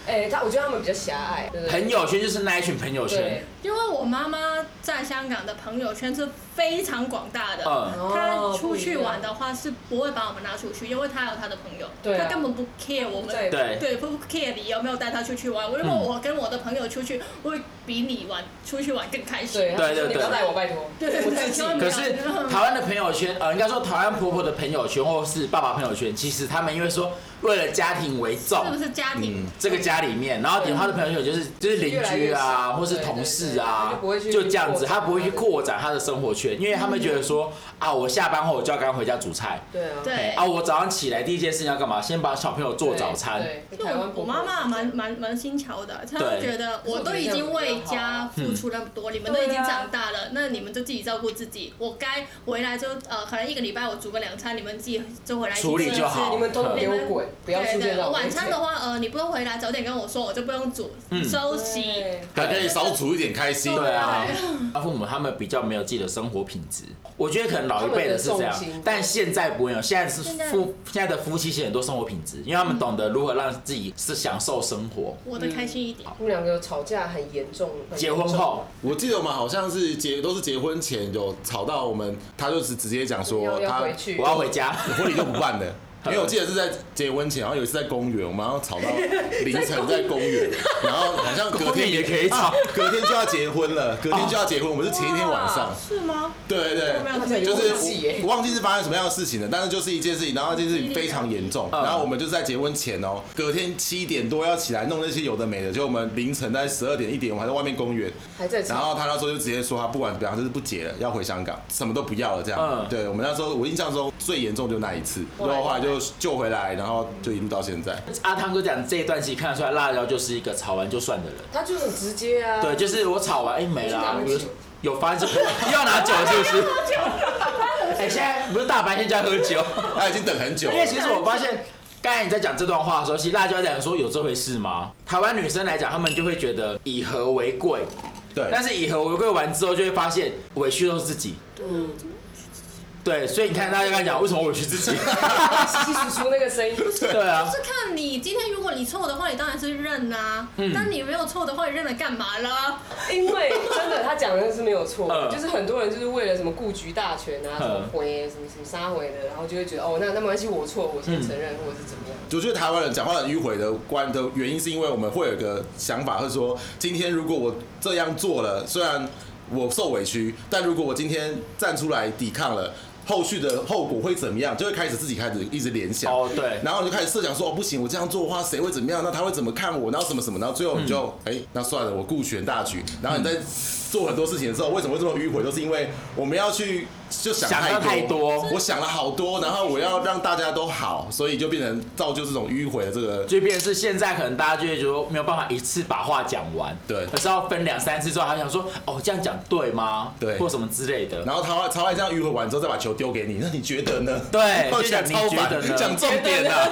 A: 哎，他我觉得他们比较狭隘，对不对
B: 朋友圈就是那一群朋友圈
A: 对，，
C: 因为我妈妈在香港的朋友圈是非常广大的。
A: 哦
B: 嗯，
C: 她出去玩的话是不会把我们拉出去，因为她有她的朋友，
A: 对啊
C: 她根本不 care 我们，
A: 对
B: 对，
C: 对不 care 你有没有带她出去玩。如果
B: 嗯
C: 我跟我的朋友出去，我会比你玩出去玩更开心。
A: 对，
B: 对对
A: 你不要带我，拜托，
C: 对对
A: 我自己
C: 对
B: 可是
A: 嗯
B: 台湾的朋友圈，呃，应该说台湾婆婆的朋友圈或是爸爸朋友圈，其实他们因为说为了家庭为重
C: 是，不是家庭？
B: 这个家里面，然后点他的朋友就是就是邻
A: 越来
B: 居
A: 越
B: 啊，
A: 少
B: 或是
A: 对
B: 同
A: 对
B: 事
A: 对他
B: 啊
A: 就不会，去
B: 就这样子，
A: 扩展
B: 他不会去
A: 他的嗯
B: 扩展他的生活圈，因为他们觉得说啊，我下班后我就要赶快回家煮菜，
A: 对啊，
C: 对
B: 啊，我早上起来第一件事情要干嘛？先帮小朋友做早餐，
A: 对，对
C: 因
A: 台
C: 为
A: 湾
C: 我
A: 婆
C: 我
A: 婆
C: 妈妈蛮蛮蛮新潮的，她
B: 对
C: 就觉得我都已经为家付出那么多，你们都已经长大
A: 嗯
C: 了，那你们就自己照顾自己，我该回来就呃，可能一个礼拜我煮个两餐，你们自己就回来
B: 处理就好
A: 你们都给
C: 你
A: 我
C: 们
A: 滚，不
C: 对
A: 要出
C: 对
A: 现
C: 对，
A: 让我
C: 晚餐的话，呃，你不用回来，早点跟我说，我就不用煮，
B: 嗯
C: 休
A: 对
C: 息。
D: 还可以少煮一点开心。
B: 啊对啊，啊父母他们比较没有自己的生活品质。我觉得可能老一辈的是这样
A: 他们的重心，
B: 但现在不会有，现在是
C: 现在
B: 夫现在的夫妻是很多生活品质，因为他们懂得如何让自己是享受生活。
C: 活得开心一点。
A: 他们两个吵架很严重，很严重
B: 结婚后，
D: 我记得我们好像是结都是结婚前有吵到我们，他就是直接讲说
A: 要要
D: 他
A: 回去，
B: 我要回家，
D: 婚礼就不办了。因为我记得是在结婚前，然后有一次在公园，我们要吵到凌晨在公园，然后好像隔
B: 公园
D: 天
B: 也可以吵
D: 啊隔天就要结婚了，隔天就要结婚，我们是前一天晚上
A: 哇，
C: 是吗？
D: 对对对，
C: 没有
A: 他在
D: 就
A: 游
D: 是
A: 戏耶
D: 我我忘记是发生什么样的事情了，但是就是一件事情，然后这件事情非常严重，
B: 嗯
D: 然后我们就是在结婚前哦，隔天七点多要起来弄那些有的没的，就我们凌晨在十二点一点，我们还在外面公园，
A: 还在
D: 然
A: 吵，
D: 后他那时候就直接说他啊不管怎么样就是不结了，要回香港，什么都不要了这样。
B: 嗯
D: 对我们那时候我印象中最严重就那一次，
A: 哇
D: 然后后来就救回来，然后就一路到现在。
B: 阿汤哥讲这一段戏看得出来，辣椒就是一个吵完就算的人。
A: 他就很直接啊，
B: 对，就是我吵完，哎、没了、啊，
A: 去拿
B: 有
A: 酒
B: 有发现 <laughs> 要拿酒是不是？哎、现在不是大白天就要喝酒，
D: 他已经等很久了
B: 因为其实我发现。刚才你在讲这段话的时候，其实辣椒在讲说有这回事吗？台湾女生来讲，她们就会觉得以和为贵，
D: 对，
B: 但是以和为贵完之后，就会发现委屈都是自己。
A: 嗯，
B: 对，所以你看大家刚才讲为什么委屈自己？ <laughs>
A: 稀疏出那个声音，
B: 对
D: <laughs>
B: 啊，
C: 是看你今天，如果你错的话，你当然是认啊。
B: 嗯
C: 但你没有错的话，你认了干嘛啦？
A: 因为真的他讲的是没有错
B: 嗯，
A: 就是很多人就是为了什么顾局大权啊，
B: 嗯
A: 什么回什么什么杀回的，然后就会觉得哦，那那没关系，我错，我先承认，或者是怎么样。
D: 我觉得台湾人讲话很迂回的关的原因，是因为我们会有一个想法，会说今天如果我这样做了，虽然我受委屈，但如果我今天站出来抵抗了。后续的后果会怎么样？就会开始自己开始一直联想，
B: 哦对
D: 然后你就开始设想说，哦不行，我这样做的话，谁会怎么样？那他会怎么看我？然后什么什么？然后最后你就，哎、那算了，我顾全大局。然后你在做很多事情的时候，为什么会这么迂回？就是因为我们要去就想
B: 想到太多
D: 我想了好多，然后我要让大家都好，所以就变成造就这种迂回的这个。
B: 就变成是现在可能大家就会觉得没有办法一次把话讲完，
D: 对
B: 可是要分两三次之后，还想说哦这样讲对吗？
D: 对
B: 或什么之类的。
D: 然后他他会这样迂回完之后再把球丢给你，那你觉得呢？
B: 对
D: <laughs> 我
B: 就讲
D: 讲超
B: 你觉得呢
D: 烦，讲重点 <laughs> 啊，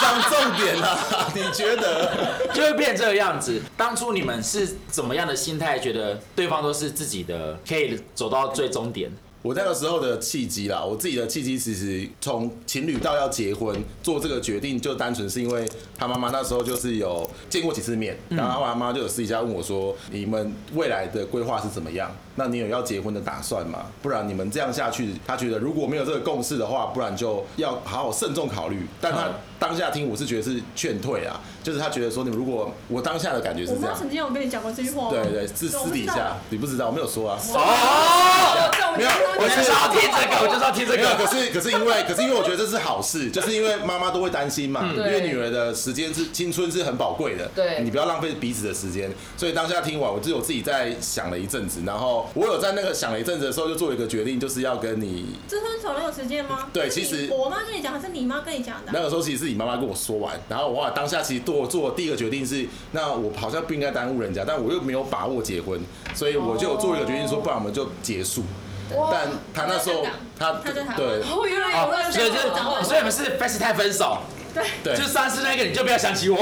D: 讲重点啊， <laughs> 你觉得？
B: <laughs> 就会变这个样子。当初你们是怎么样的心态，觉得对方都是自己的，可以走到最终点？
D: 我那个时候的契机啦，我自己的契机其实从情侣到要结婚做这个决定，就单纯是因为他妈妈那时候就是有见过几次面，
C: 嗯
D: 然后他妈妈就有私底下问我说：“你们未来的规划是怎么样？那你有要结婚的打算吗？不然你们这样下去，他觉得如果没有这个共识的话，不然就要好好慎重考虑。”但他
B: 嗯
D: 当下听我是觉得是劝退啊，就是他觉得说你们如果我当下的感觉
C: 嗯
D: 是
C: 我
D: 这
C: 妈
D: 样，
C: 曾经有跟你讲过这句话吗？
D: 对对，是
C: 我
D: 私
C: 不
D: 底
C: 知道
D: 下你不知道，我没有说啊。
B: 哦，
A: 哦
D: 没有我
B: 就是要听这个，我就是要听这
D: <laughs> 没有，可
B: 个。
C: <laughs>
D: 是可是因为可是因为我觉得这是好事， <laughs> 就是因为妈妈都会担心嘛，
C: 嗯
D: 因
A: 对
D: 为女儿的时间是青春是很宝贵的，
A: 对
D: 你不要浪费彼此的时间。所以当下听完，我就我自己在想了一阵子，然后我有在那个想了一阵子的时候，就做一个决定，就是要跟你。
C: 这分手了有时间吗？
D: 对
C: 是你
D: 其实
C: 我妈跟你讲，还是你妈跟你讲的
D: 那
C: 啊？
D: 个时候其实是你妈妈跟我说完，然后我当下其实做做的第一个决定是，那我好像不应该耽误人家，但我又没有把握结婚，所以我就有做一个决定
C: 哦
D: 说，不然我们就结束。但他那时候他
C: 她在台湾
D: 对
A: 哦，原来有
B: 哦，
A: 乱
B: 所以就
A: 讲话
B: 是，所以你们是 FaceTime 分手，
D: 对，
B: 就上次那个你就不要想起我，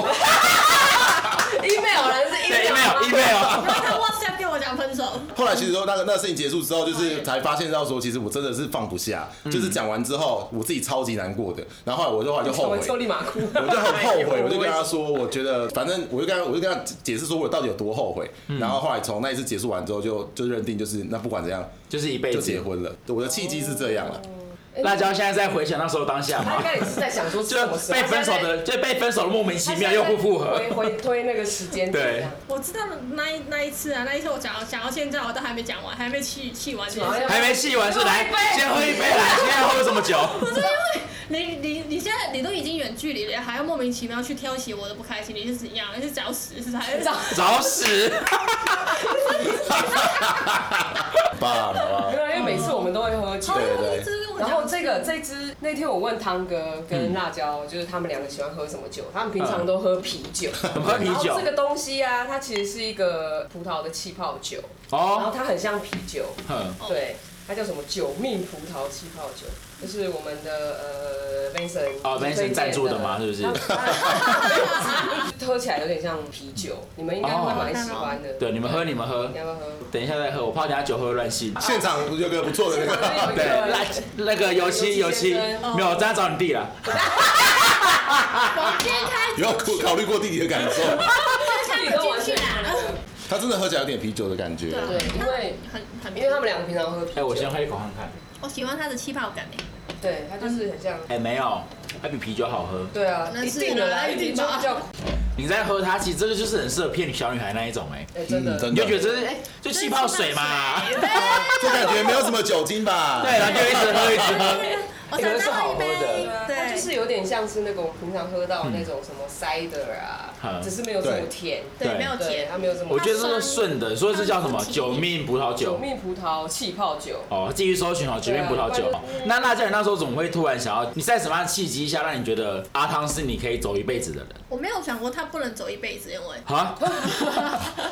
A: email 啦，是
B: 对
A: email 啊吗
B: email email，
C: 然后她 WhatsApp 跟我讲分手，
D: 后来其实说那个那个事情结束之后，就是才发现到说，其实我真的是放不下。就是讲完之后，我自己超级难过的。然后后来我就后来就后
A: 我
D: 悔，
A: 抽立马哭，
D: 我就很后
A: 哎
D: 悔，
A: 呦
D: <laughs> 我就跟他说，我觉得反正我就跟他我就跟他解释说我到底有多后悔。然后后来从那一次结束完之后，就就认定就是那不管怎样
B: 就是一辈
D: 就
B: 子
D: 结。婚了。哦我的契机是这样了，
B: 辣椒现在在回想那时候当下
A: 他
B: 嘛
D: <laughs>
A: 应，该也是在想说是
B: 就
A: 什么时候
B: 被分手的，就被分手的莫名其妙又不复合
A: 回。回推那个时间点这样，
C: 我知道那一那一次啊，那一次我讲到讲到现在，我都还没讲完，还没气气完这件事。
B: 还没气完是
A: 喝一
B: 来
A: 杯
B: 先喝一杯来，现在喝什么
D: <laughs>
B: 酒？
C: 不是因为 <laughs> 你你你现在你都已经远距离了，还要莫名其妙去挑起我的不开心，你是怎样？你是找死是还是
A: 找
B: 找死！
D: 爸爸
A: 没有，因为每次我们都会喝酒
B: 嗯
C: 哦，
D: 对对
C: 你这个跟我
A: 然
C: 讲
A: 后这个这支那天我问汤哥跟辣
B: 嗯
A: 椒，就是他们两个喜欢喝什么酒，他们平常都喝啤酒。
B: <laughs> 喝啤
A: 然后
B: 酒
A: 这个东西啊，它其实是一个葡萄的气泡酒，然后
B: 哦，
A: 它很像啤酒，
B: 哼
A: 对。它叫什么九命葡萄气泡酒，就是我们的呃 Vincent
B: 哦
A: 推
B: Vincent
A: 荐
B: 赞助的嘛是不是？ <laughs>
A: 它喝起来有点像啤酒，你们应该会蛮喜欢的。
B: 哦对，你们喝，你们喝
A: 你，要不要喝？
B: 等一下再喝，我怕等一下酒喝乱性。
D: 现场有个不错的那 <laughs> 个，
A: 有一
B: <laughs> 对，
A: 个
C: <laughs>
B: 那那个油漆油
A: 油漆
B: 漆
A: 先生
B: 没有，这样找你弟了。
C: 房间开
D: 有考考虑过弟弟的感受，
A: 自己都完全
C: 进去啦
D: 他真的喝起来有点啤酒的感觉。
A: 对，因为
C: 很很，
A: 因为他们两个平常喝啤
B: 哎，
A: 酒，
B: 我先喝一口看看。
C: 我喜欢它的气泡感诶，
A: 对，它就是很像。
B: 哎，没有，它比啤酒好喝。
A: 对啊，
C: 那
A: 一
C: 是
A: 定的啦，
C: 哪
A: 一
C: 一
A: 定就
C: 种啊
A: 比较，
B: 你在喝它，其实这个就是很适合骗小女孩那一种，哎，
A: 哎，真的
D: 嗯，真
B: 你
D: 的
B: 就觉得这是哎，就气泡水嘛。
D: 这感觉没有什么酒精吧？
B: 对，然后就一直喝一直
C: <laughs>
B: 喝。
C: 我想再喝一
A: 对
C: 杯
A: 啊，它
C: 对，
A: 就是有点像是那种平常喝到那种什么 cider 啊
B: 嗯，
A: 只是没有这么甜，
C: 对，没有
A: 对，
C: 甜，
A: 它没有这么。
B: 我觉得这是顺的，所以这叫什么
C: 它？是
B: 九命葡萄
A: 九
B: 酒。
A: 蜜葡萄气泡酒，
B: 哦，继续搜寻哦，九命葡萄酒
A: 对啊。
B: 那辣椒，你那时候怎么会突然想要？你在什么样的契机下让你觉得阿汤是你可以走一辈子的人？
C: 我没有想过它不能走一辈子，因为
B: <laughs> 啊？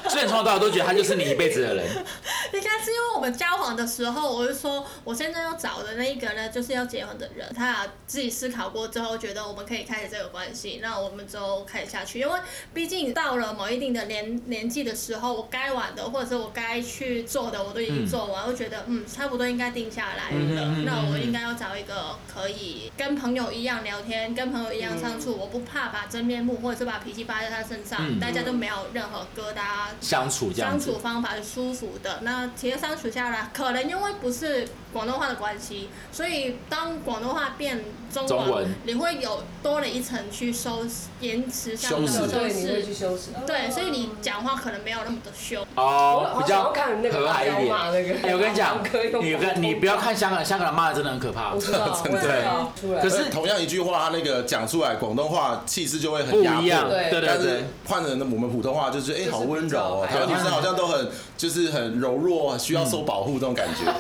B: 所以你从头到尾都觉得他就是你一辈子的人。
C: <laughs> 应该是因为我们交往的时候，我就说我现在要找的那一个呢，就是要结婚的人。他俩自己思考过之后，觉得我们可以开始这个关系，那我们就开始下去。因为毕竟到了某一定的年年纪的时候，我该玩的或者是我该去做的，我都已经做完，我觉得嗯，差不多应该定下来
B: 嗯
C: 了。
B: 嗯嗯
C: 那我
B: 嗯
C: 应该要找一个可以跟朋友一样聊天，跟朋友一样
B: 嗯
C: 相处，我不怕把真面目或者是把脾气发在他身上，
B: 嗯
C: 大家都没有任何疙瘩
B: 相处这样
C: 相
B: 子
C: 处。方法是舒服的。那其实相处下来，可能因为不是广东话的关系，所以当广东话变中文，
B: 中文
C: 你会有多了一层去收延迟上的
D: 修饰
C: 修
A: 对，你会去
C: 饰。
A: 修饰，
C: 对，所以你讲话可能没有那么的凶。
B: 哦，
A: 我想
B: 比较
A: 要看那个
B: 和蔼一点。
A: 大脚马那个
B: 哎，我跟你讲
A: 可以，用 <laughs>
B: 你跟你不要看香港，香港人骂的真的很可怕
A: 我。知
B: <laughs>
A: 道，我
D: 真
A: 也
D: 的
A: 知道，出来
B: 可
D: 可
B: 是
D: 是同样一句话，他那个讲出来广东话气势就会
B: 不
D: 很压
B: 一样，
D: 迫。
B: 对
A: 对
B: 对
D: 但是
B: 对，
D: 换成我们普通话就是，哎、好温柔
A: 就是比较
D: 哦、台湾女生好像都很就是很柔弱，需要受保护这种感觉，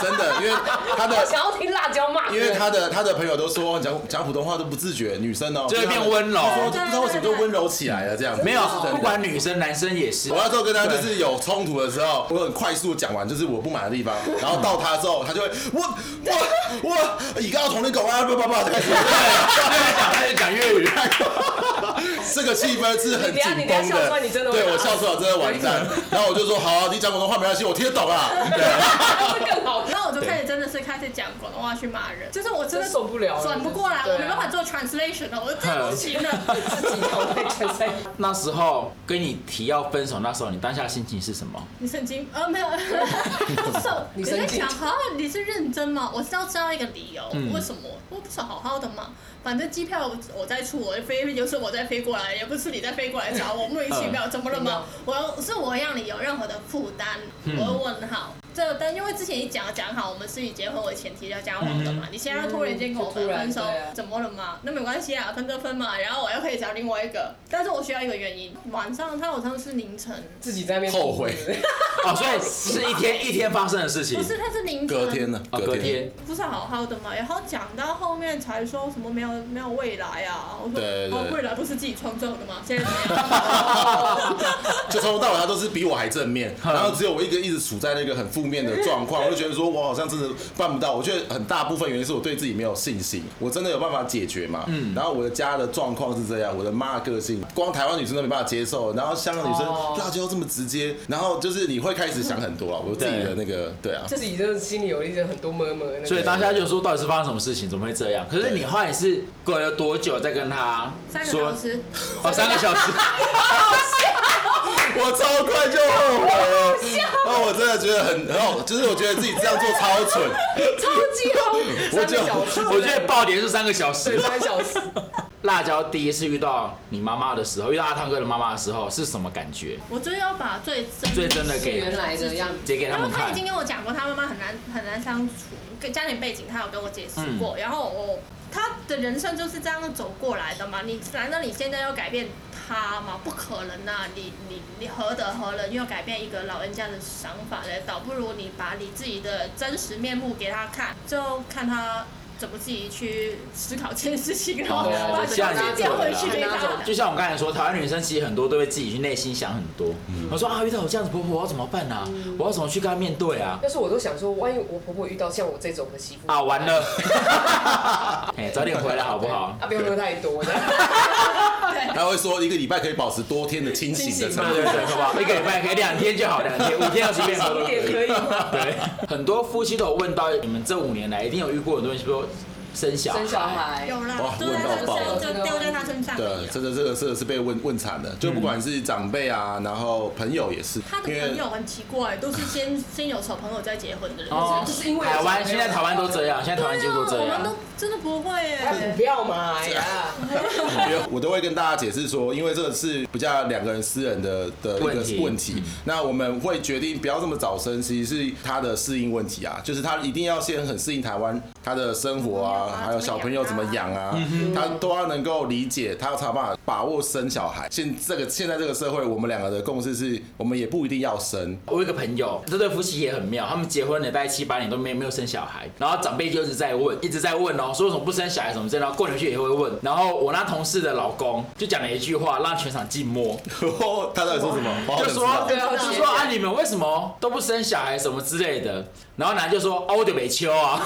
D: 真的，因为他
A: 我
D: 的
A: 想要听辣椒骂人，
D: 因为他的他的朋友都说讲讲普通话都不自觉，女生哦、
B: 就会变温柔
D: 她说不知道为什么就温柔起来了这样子。
B: 没有
D: 是真，的
B: 不管女生男生也是
D: 我。那时候跟他就是有冲突的时候，我很快速讲完就是我不满的地方，然后到他之后，他就会我我我而家我同你讲啊，不不不，开始
B: 他就讲他就讲粤语，
D: <laughs> 这个气氛是很
A: 你等下
D: 紧
A: 你等下
D: 绷
A: 笑出来你真的
D: 的。
A: 会
D: 对
A: 打
D: 我笑出来真的完
A: <laughs>
D: 蛋，然后我就说好啊，你讲广东话没关系，我听得懂啊。
A: <laughs> 这更好，
C: 然后我就开始真的是开始讲广东话去骂人，就是我真
A: 真
C: 的
A: 的受不了了，
C: 转不过来，
A: 对
C: 我
A: 啊
C: 没办法做 translation 了，我真的不行了。
A: 自己头在转身。
B: 那时候跟你提要分手，那时候你当下心情是什么？
C: 你神经？
A: <laughs>
C: 呃，没有，手
A: 你
C: 你
A: 神
C: 在
A: 经
C: 想，好，你是认真吗？我是要知道一个理由，
B: 嗯
C: 为什么？我不是好好的吗？反正机票我我在出，我飞，又是我在飞过来，也不是你在飞过来找我，莫名其
A: 嗯
C: 妙，怎么了吗？我要是我让你有任何的负担，
B: 嗯
C: 我会问好。这但因为之前已讲讲好，我们是以结婚为前提要交往的嘛，你现在突然间跟我
A: 嗯嗯就突
C: 分
A: 然
C: 分手
A: 对啊，
C: 怎么了嘛？那没关系啊，分就分嘛。然后我又可以找另外一个，但是我需要一个原因。晚上他好像是凌晨。
A: 自己在那边
D: 后悔
A: 哭是不是
B: 哦，所以是一天一天发生的事情
C: 不。是，他是凌晨。
D: 啊隔天呢？
B: 哦，隔天
C: 不是好好的嘛，然后讲到后面才说什么没有没有未来啊，我说
D: 对对
C: 哦未来不是自己创造的吗？现在怎么样？
D: 就从头到尾他都是比我还正面，然后只有我一个一直处在那个很负面的状 <laughs> 况，我就觉得说我好像真的办不到。我觉得很大部分原因是我对自己没有信心，我真的有办法解决嘛？嗯。然后我的家的状况是这样，我的妈的个性，光台湾女生都没办法接受，然后香港女生
A: 哦
D: 辣椒这么直接，然后就是你会开始想很多了。我自己的那个对啊，
A: 自己真的心里有一些很多么么，
B: 所以当下就说到底是发生什么事情，怎么会这样？可是你后来是隔了多久再跟他
C: 三个
B: 说
C: 小？时，
B: 哦，三个小时。
D: 我超快就后悔
A: <laughs>
D: 了， <laughs> 那我真的觉得很很好，就是我觉得自己这样做超
C: <laughs>
D: 蠢。
A: 超级好，三个小时，
B: 我觉得爆点是三个小
A: 对
B: 时。
A: 三小时，
B: 辣椒第一次遇到你妈妈的时候，遇到阿汤哥的妈妈的时候是什么感觉？
C: 我就要把最真
B: 最真的给
A: 原来的样子。
B: 截给他
C: 因为
B: 们
C: 他已
B: 看
C: 经。跟我讲过，他妈妈很难很难相处，跟家庭背景他有跟我解释过。然后我他的人生就是这样走过来的嘛，你难道你现在要改变他吗？不可能啊！你你你何德何能要改变一个老人家的想法呢？倒不如你把你自己的真实面目给他看，就看他。怎么自己去思考这件事情，然后
B: 哦
C: 把
B: 这样
C: 它
B: 也
C: 变
B: 对
C: 回
B: 啦
C: 去给他。
B: 就像我刚才说，台湾女生其实很多都会自己去内心想很多。
A: 嗯
B: 我说啊，遇到我这样子婆婆，我要怎么办啊？我要怎么去跟她面对啊？
A: 但是我都想说，万一我婆婆遇到像我这种的媳妇
B: 啊，完了！ <laughs> 哎，早点回来好不好？
A: 啊，不用喝太多的。
B: <laughs>
D: 他会说一个礼拜可以保持多天的清醒的
A: 清醒
D: 程
A: 嘛
B: 对
D: 度
B: 对。对，好不好？一个礼拜可以两天就好，两天五天要随便喝
A: 一点可以吗？
B: 对，很多夫妻都有问到，你们这五年来一定有遇过很多人说生小孩，
A: 生小孩，
C: 有啦
D: 哇，
C: 都在
D: 问
C: 他身
D: 到爆
C: 上，
A: 了
C: 就丢在他身上而已
D: 对，
C: 啊。
D: 真的这个这个是被问问惨的，就不管是长辈啊，然后朋友也是，
C: 他的
D: 因
C: 朋
D: 为
C: 友很奇怪，都是先先有小朋友再结婚的人。
B: 哦
A: 就是因为
B: 台湾现在台湾都这样，现在
C: 对
B: 台湾几乎
C: 啊
B: 都，这
C: 我
B: 样
C: 们。都真的不会耶。
A: 哎不要嘛，哎呀，
D: 因为我都会跟大家解释说，因为这个是比较两个人私人的的一
B: 问
D: 个
B: 题
D: 问题
B: 嗯，
D: 那我们会决定不要这么早生，其实是他的适应问题啊，就是他一定要先很适应台湾他的生活啊，还有小朋友怎么养啊，他都要能够理解，他才有办法把握生小孩。现这个现在这个社会，我们两个的共识是我们也不一定要生， <laughs>
B: 我有一个朋友，这对夫妻也很妙，他们结婚了大概七八年都没没有生小孩，然后长辈就一直在问，一直在问哦，说为什么不生小孩什么之类的，然后过年去也会问。然后我那同事的老公就讲了一句话，让全场静默，
D: 他到底说什么？我好
B: <laughs> 就
D: 想知
B: 说
D: 道
A: 对啊我
B: 就
A: 知
B: 说
A: 道
B: 啊你们为什么都不生小孩什么之类的，然后男的就说啊我就没秋啊，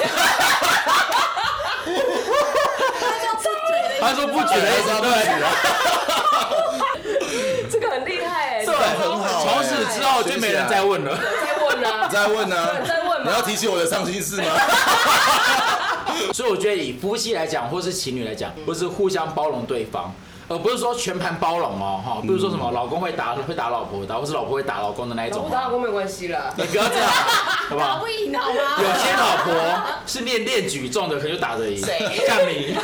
C: 他就不
B: <laughs> 他说不
C: 觉得
B: 举的意思 <laughs> 对。
A: 这个很厉害，
B: 对，从此之后就没人再问了。
A: 再问啊，
B: <laughs>
D: 再问呢、
A: 再问
D: 你要
A: 嘛，
D: 提起我的伤心事吗？
B: 所以我觉得以夫妻来讲，或是情侣来讲，或是互相包容对方。而不是说全盘包容哦，哈，不是说什么老公会打会打老婆的，或是老婆会打老公的那一
A: 老
B: 种
A: 公打老
B: 哦。
A: 公没关系啦，
B: 你不要这样，好不
C: 打
B: 好
C: 不？赢啊好吗？
B: 有些老婆是练练举重的，可能就打得赢。
A: 谁
B: 像你。 <laughs>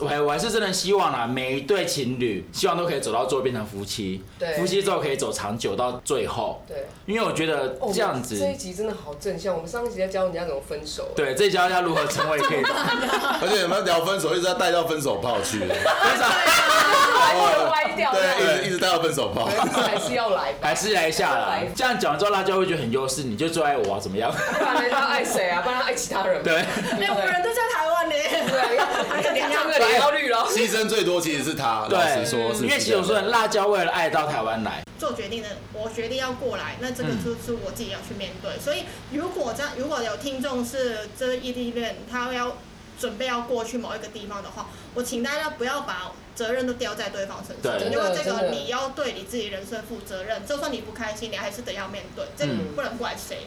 B: 我还我还是真的希望啦，每一对情侣希望都可以走到最后变成夫妻，
A: 对
B: 夫妻之后可以走长久到最后。
A: 对。
B: 因为我觉得
A: 哦
B: 这样子，
A: 这一集真的好正向。我们上一集在教人家怎么分手，
B: 对，这教要如何成为
A: <laughs>
B: 可以
D: <laughs> 而且你们聊分手，一直在带到分手炮去，
B: 分手，
A: 还不能啊歪掉，
D: 哦对，一直一直带到分手
B: <laughs>
D: 炮。
A: 还是要来吧，
B: 还是来一下啦。这样讲完之后，辣椒会觉得很优势，你就最爱我啊，怎么样？
A: 不然他爱谁啊？不然他爱其他人。
B: 对，
C: 哎，我们人都在台湾呢。
A: 对，
C: 还是
A: 脸
C: 两
A: 上的
C: 样
A: 脸要绿了。
D: 牺牲最多其实是他，老实说，是
B: 对，因为其实我说，辣椒为了爱到台湾来，
C: 做决定的，我决定要过来，那这个
B: 嗯
C: 就是我自己要去面对。所以如果这样，如果有听众是这异地恋，他要准备要过去某一个地方的话，我请大家不要把责任都丢在对方身上
B: 对。
C: 因为这
A: 真
C: 个
A: 的
C: 你要对你自己人生负责任，就算你不开心，你还是得要面对，这个
B: 嗯
C: 不能怪谁。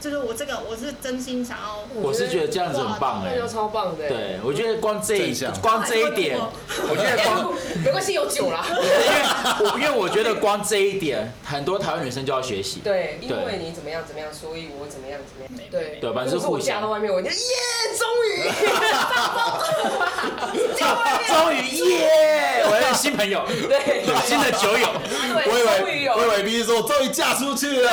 C: 就是我这个，我是真心想要。
B: 我是觉得这样子很棒哎
A: 那。就超棒的。，哎
B: 对，我觉得光这一
D: 正向
B: 光这一
C: <laughs>
B: 点，我觉得光。
A: 没关系，有酒啦。
B: 因为我因为我觉得光这一点，很多台湾女生就要学习。
A: 对，因为你怎么样怎么样，所以我怎么样怎么样。对
B: 对反正是
A: 如果
B: 互
A: 我
B: 相
A: 嫁到外面，我就耶， <laughs> 终于
B: <laughs> 终于耶，我有新朋友，
A: 对，
B: 新的酒友，
D: 我以
A: 对，终于
D: 为
A: 有
D: 我以为 B 说终于嫁出去了，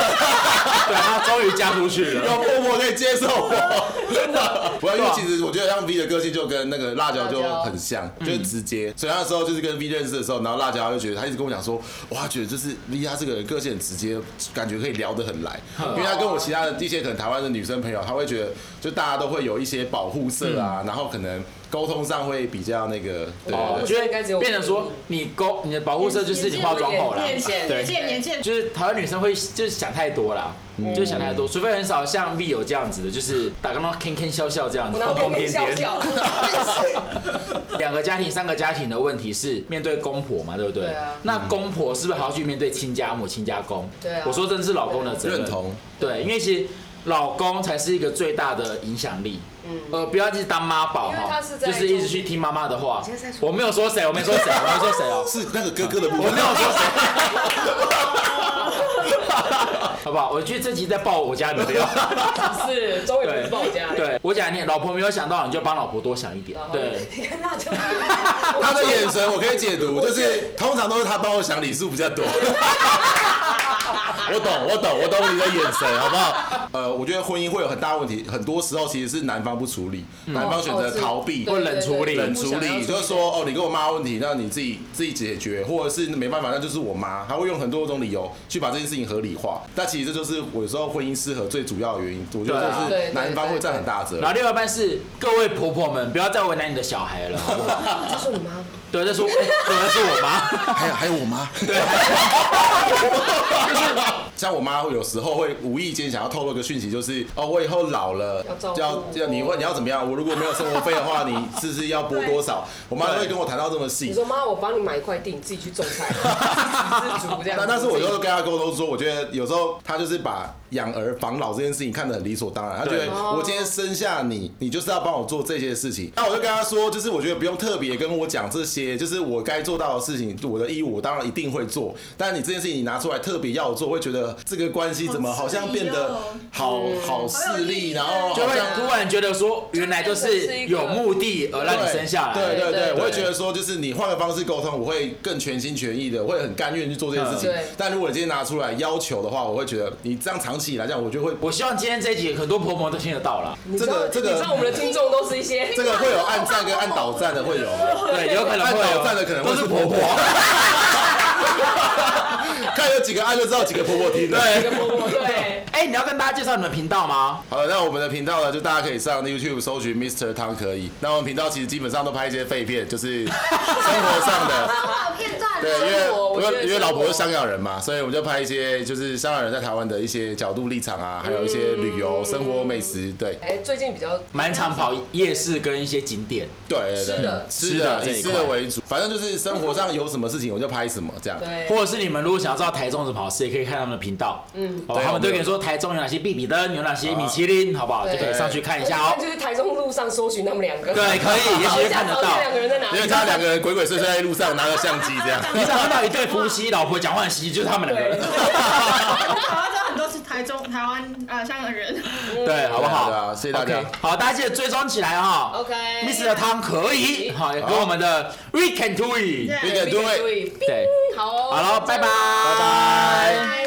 B: 对他终于嫁出去
D: 有
B: 了。
D: 婆婆可以接受 <laughs> 我。不要，因为其实我觉得像 V 的个性就跟那个啊辣椒就嗯很像，就是直接。所以那时候就是跟 V 认识的时候，然后辣椒就觉得他一直跟我讲说，哇，他觉得就是 V 他这个人个性很直接，感觉可以聊得很 <laughs> 来。因为他跟我其他的一些可能台湾的女生朋友，他会觉得就大家都会有一些保护色啊，然后可能沟通上会比较那个， <laughs> 对
B: 哦
D: 对
B: 我
D: 对。
B: 觉得变成说，你勾你的保护色就是你化妆后啦。
C: 年限，
B: 对
C: 年限，年限，
B: 就是台湾女生会就是想太多啦，
A: 嗯
B: 就是想太多，除非很少像 V 有这样子的，就是打刚刚 Ken Ken 笑笑这样子，
A: 我拿后
B: 疯疯
A: 面
B: 癫
A: 笑
B: 癫。 <laughs>
A: 笑。
B: 两个家庭、三个家庭的问题是面对公婆嘛，对不对？
A: 对啊
B: 那公婆是不是还要去面对亲家母、亲家公？
A: 对啊
B: 我说真的是老公的责任。
D: 认同。
B: 对，因为其实老公才是一个最大的影响力。
A: 嗯
B: 呃，不要一直当妈宝
A: 因为
B: 哈
A: 他是，在
B: 就是一直去听妈妈的话
A: 你现在在。说
B: 我没有说谁，我没说谁，我没说谁哦。
D: 是那个哥哥的部
B: 我
D: 分
B: 没。有说 <laughs> 谁，好不好？我去这集再爆我家女朋 <laughs> 友。
A: 是，终于不是报家。
B: 对我讲你，老婆没有想到，你就帮老婆多想一点
A: 然。后 <laughs>
B: <laughs> 对，
A: 你看辣椒，
D: 他的眼神我可以解读，就是通常都是他帮我想礼数比较多。我懂，我懂，我懂你的眼神，好不好？呃，我觉得婚姻会有很大问题，很多时候其实是男方不处理，男方选择逃避。
A: 哦
B: 或冷处理
D: 冷处理，就是说哦，你跟我妈问题，那你自己自己解决，或者是没办法，那就是我妈，她会用很多种理由去把这件事情合理化。但其实这就是我有时候婚姻失和最主要的原因，我觉
B: 对啊
D: 得就
A: 对对
D: 是男方会占很大责
B: 然后
D: 任。
B: 另外一半是各位婆婆们，不要再为难你的小孩了，好不 <laughs> 好？
A: 这啊是你妈吗？
B: 对，这是我，哎对，这是我 <laughs> 妈。
D: 还有还有我 <laughs> 妈，对，像我妈有时候会无意间想要透露一个讯息，就是哦，我以后老了
A: 要照，顾
D: 要要你问你要怎么样？我如果没有生活费的
A: <laughs>
D: 话，你是不是要拨多少？我妈都会跟我谈到这么细
A: 你，说妈，我帮你买一块地，你自己去种
D: <laughs>
A: 菜，自己煮这样子。
D: 但但是我就跟他沟通说，我觉得有时候他就是把养儿防老这件事情看得很理所当然，他觉
B: 对
D: 得我今天生下你，你就是要帮我做这些事情。那我就跟他说，就是我觉得不用特别跟我讲这些，就是我该做到的事情，我的义务我当然一定会做。但你这件事情你拿出来特别要我做，会觉得这个关系怎么好像变得好好势利，然后
B: 就
D: 好
B: 会
D: 像
B: 突然觉得说，原来就是有目的而让你生下来。
D: 对对
A: 对
D: 对，我会
B: 对
D: 觉得说，就是你换个方式沟通，我会更全心全意的，我会很甘愿去做这件事情
A: 嗯对。
D: 但如果你今天拿出来要求的话，我会觉得你这样长期以来讲，我就会
B: 我希望今天这一集很多婆婆都听得到啦。
A: 你知道
D: 这个这个
A: 你知道我们的听众都是一些
D: 这个会有按赞跟按倒赞的会有，
B: 对，有可能
D: 按
B: 会有
D: 倒赞的可能会
B: 都是婆
A: <laughs>
B: 婆。
D: 看有几个按就知道几个婆婆听的。
B: 对，
A: <laughs> 对。
B: <laughs> 哎，你要跟大家介绍你们频道吗？
D: 好了，那我们的频道呢，就大家可以上 YouTube 搜寻 Mr. 汤可以。那我们频道其实基本上都拍一些废片，就是生 <laughs> 活上的。
C: 好片段
D: 对，因
A: 生哦活我
D: 为
A: 觉
D: 因
A: 得
D: 为因为
A: 生活
D: 老婆是香港人嘛，所以我们就拍一些就是香港人在台湾的一些角度立场啊，还有一些旅游、生活、美食，对
A: 嗯哎，最近比较
B: 蛮常跑夜市跟一些景点。
D: 对对
A: 吃的
D: 对，
B: 吃
D: 吃
B: 的
D: 的
B: 这一
D: 以吃
B: 块
D: 的为主，反正就是生活上有什么事情我就拍什么这样。
A: 对，
B: 或者是你们如果想要知道台中怎么好吃，也可以看他们的频道，嗯，好吧，
D: 对
B: 他们都跟你说台中有哪些必比登，有哪些米其林，好不好？就
A: 对
B: 可以上去看一下
A: 那
B: 哦。
A: 哎就是台中路上搜寻他们两个，
B: 对，可
A: <laughs>
B: 以，也
A: 找
B: 许
A: 一
B: 就
A: 下
B: 看得
A: 找一
B: 到
A: 下。两个人在哪
D: 因为
A: 里。
D: 他两个人鬼鬼祟祟在路上拿着相机这样，
B: 你只要看到一对夫妻，老婆讲话很喜剧，就是他们两个
A: 对
B: 人，，
C: 台湾真的很多是台中、台湾呃香港人，
B: <laughs> 对，好不好？
D: 对啊对啊谢谢大家
B: OK，好，大家记得追踪起来哈。
A: OK
B: Mr. 汤可以，好，也跟
D: 好
B: 我们的 We Can Do It，
D: You can do it
A: 对，
B: 对，
A: 好哦，
B: 好了，拜拜，
A: 拜拜。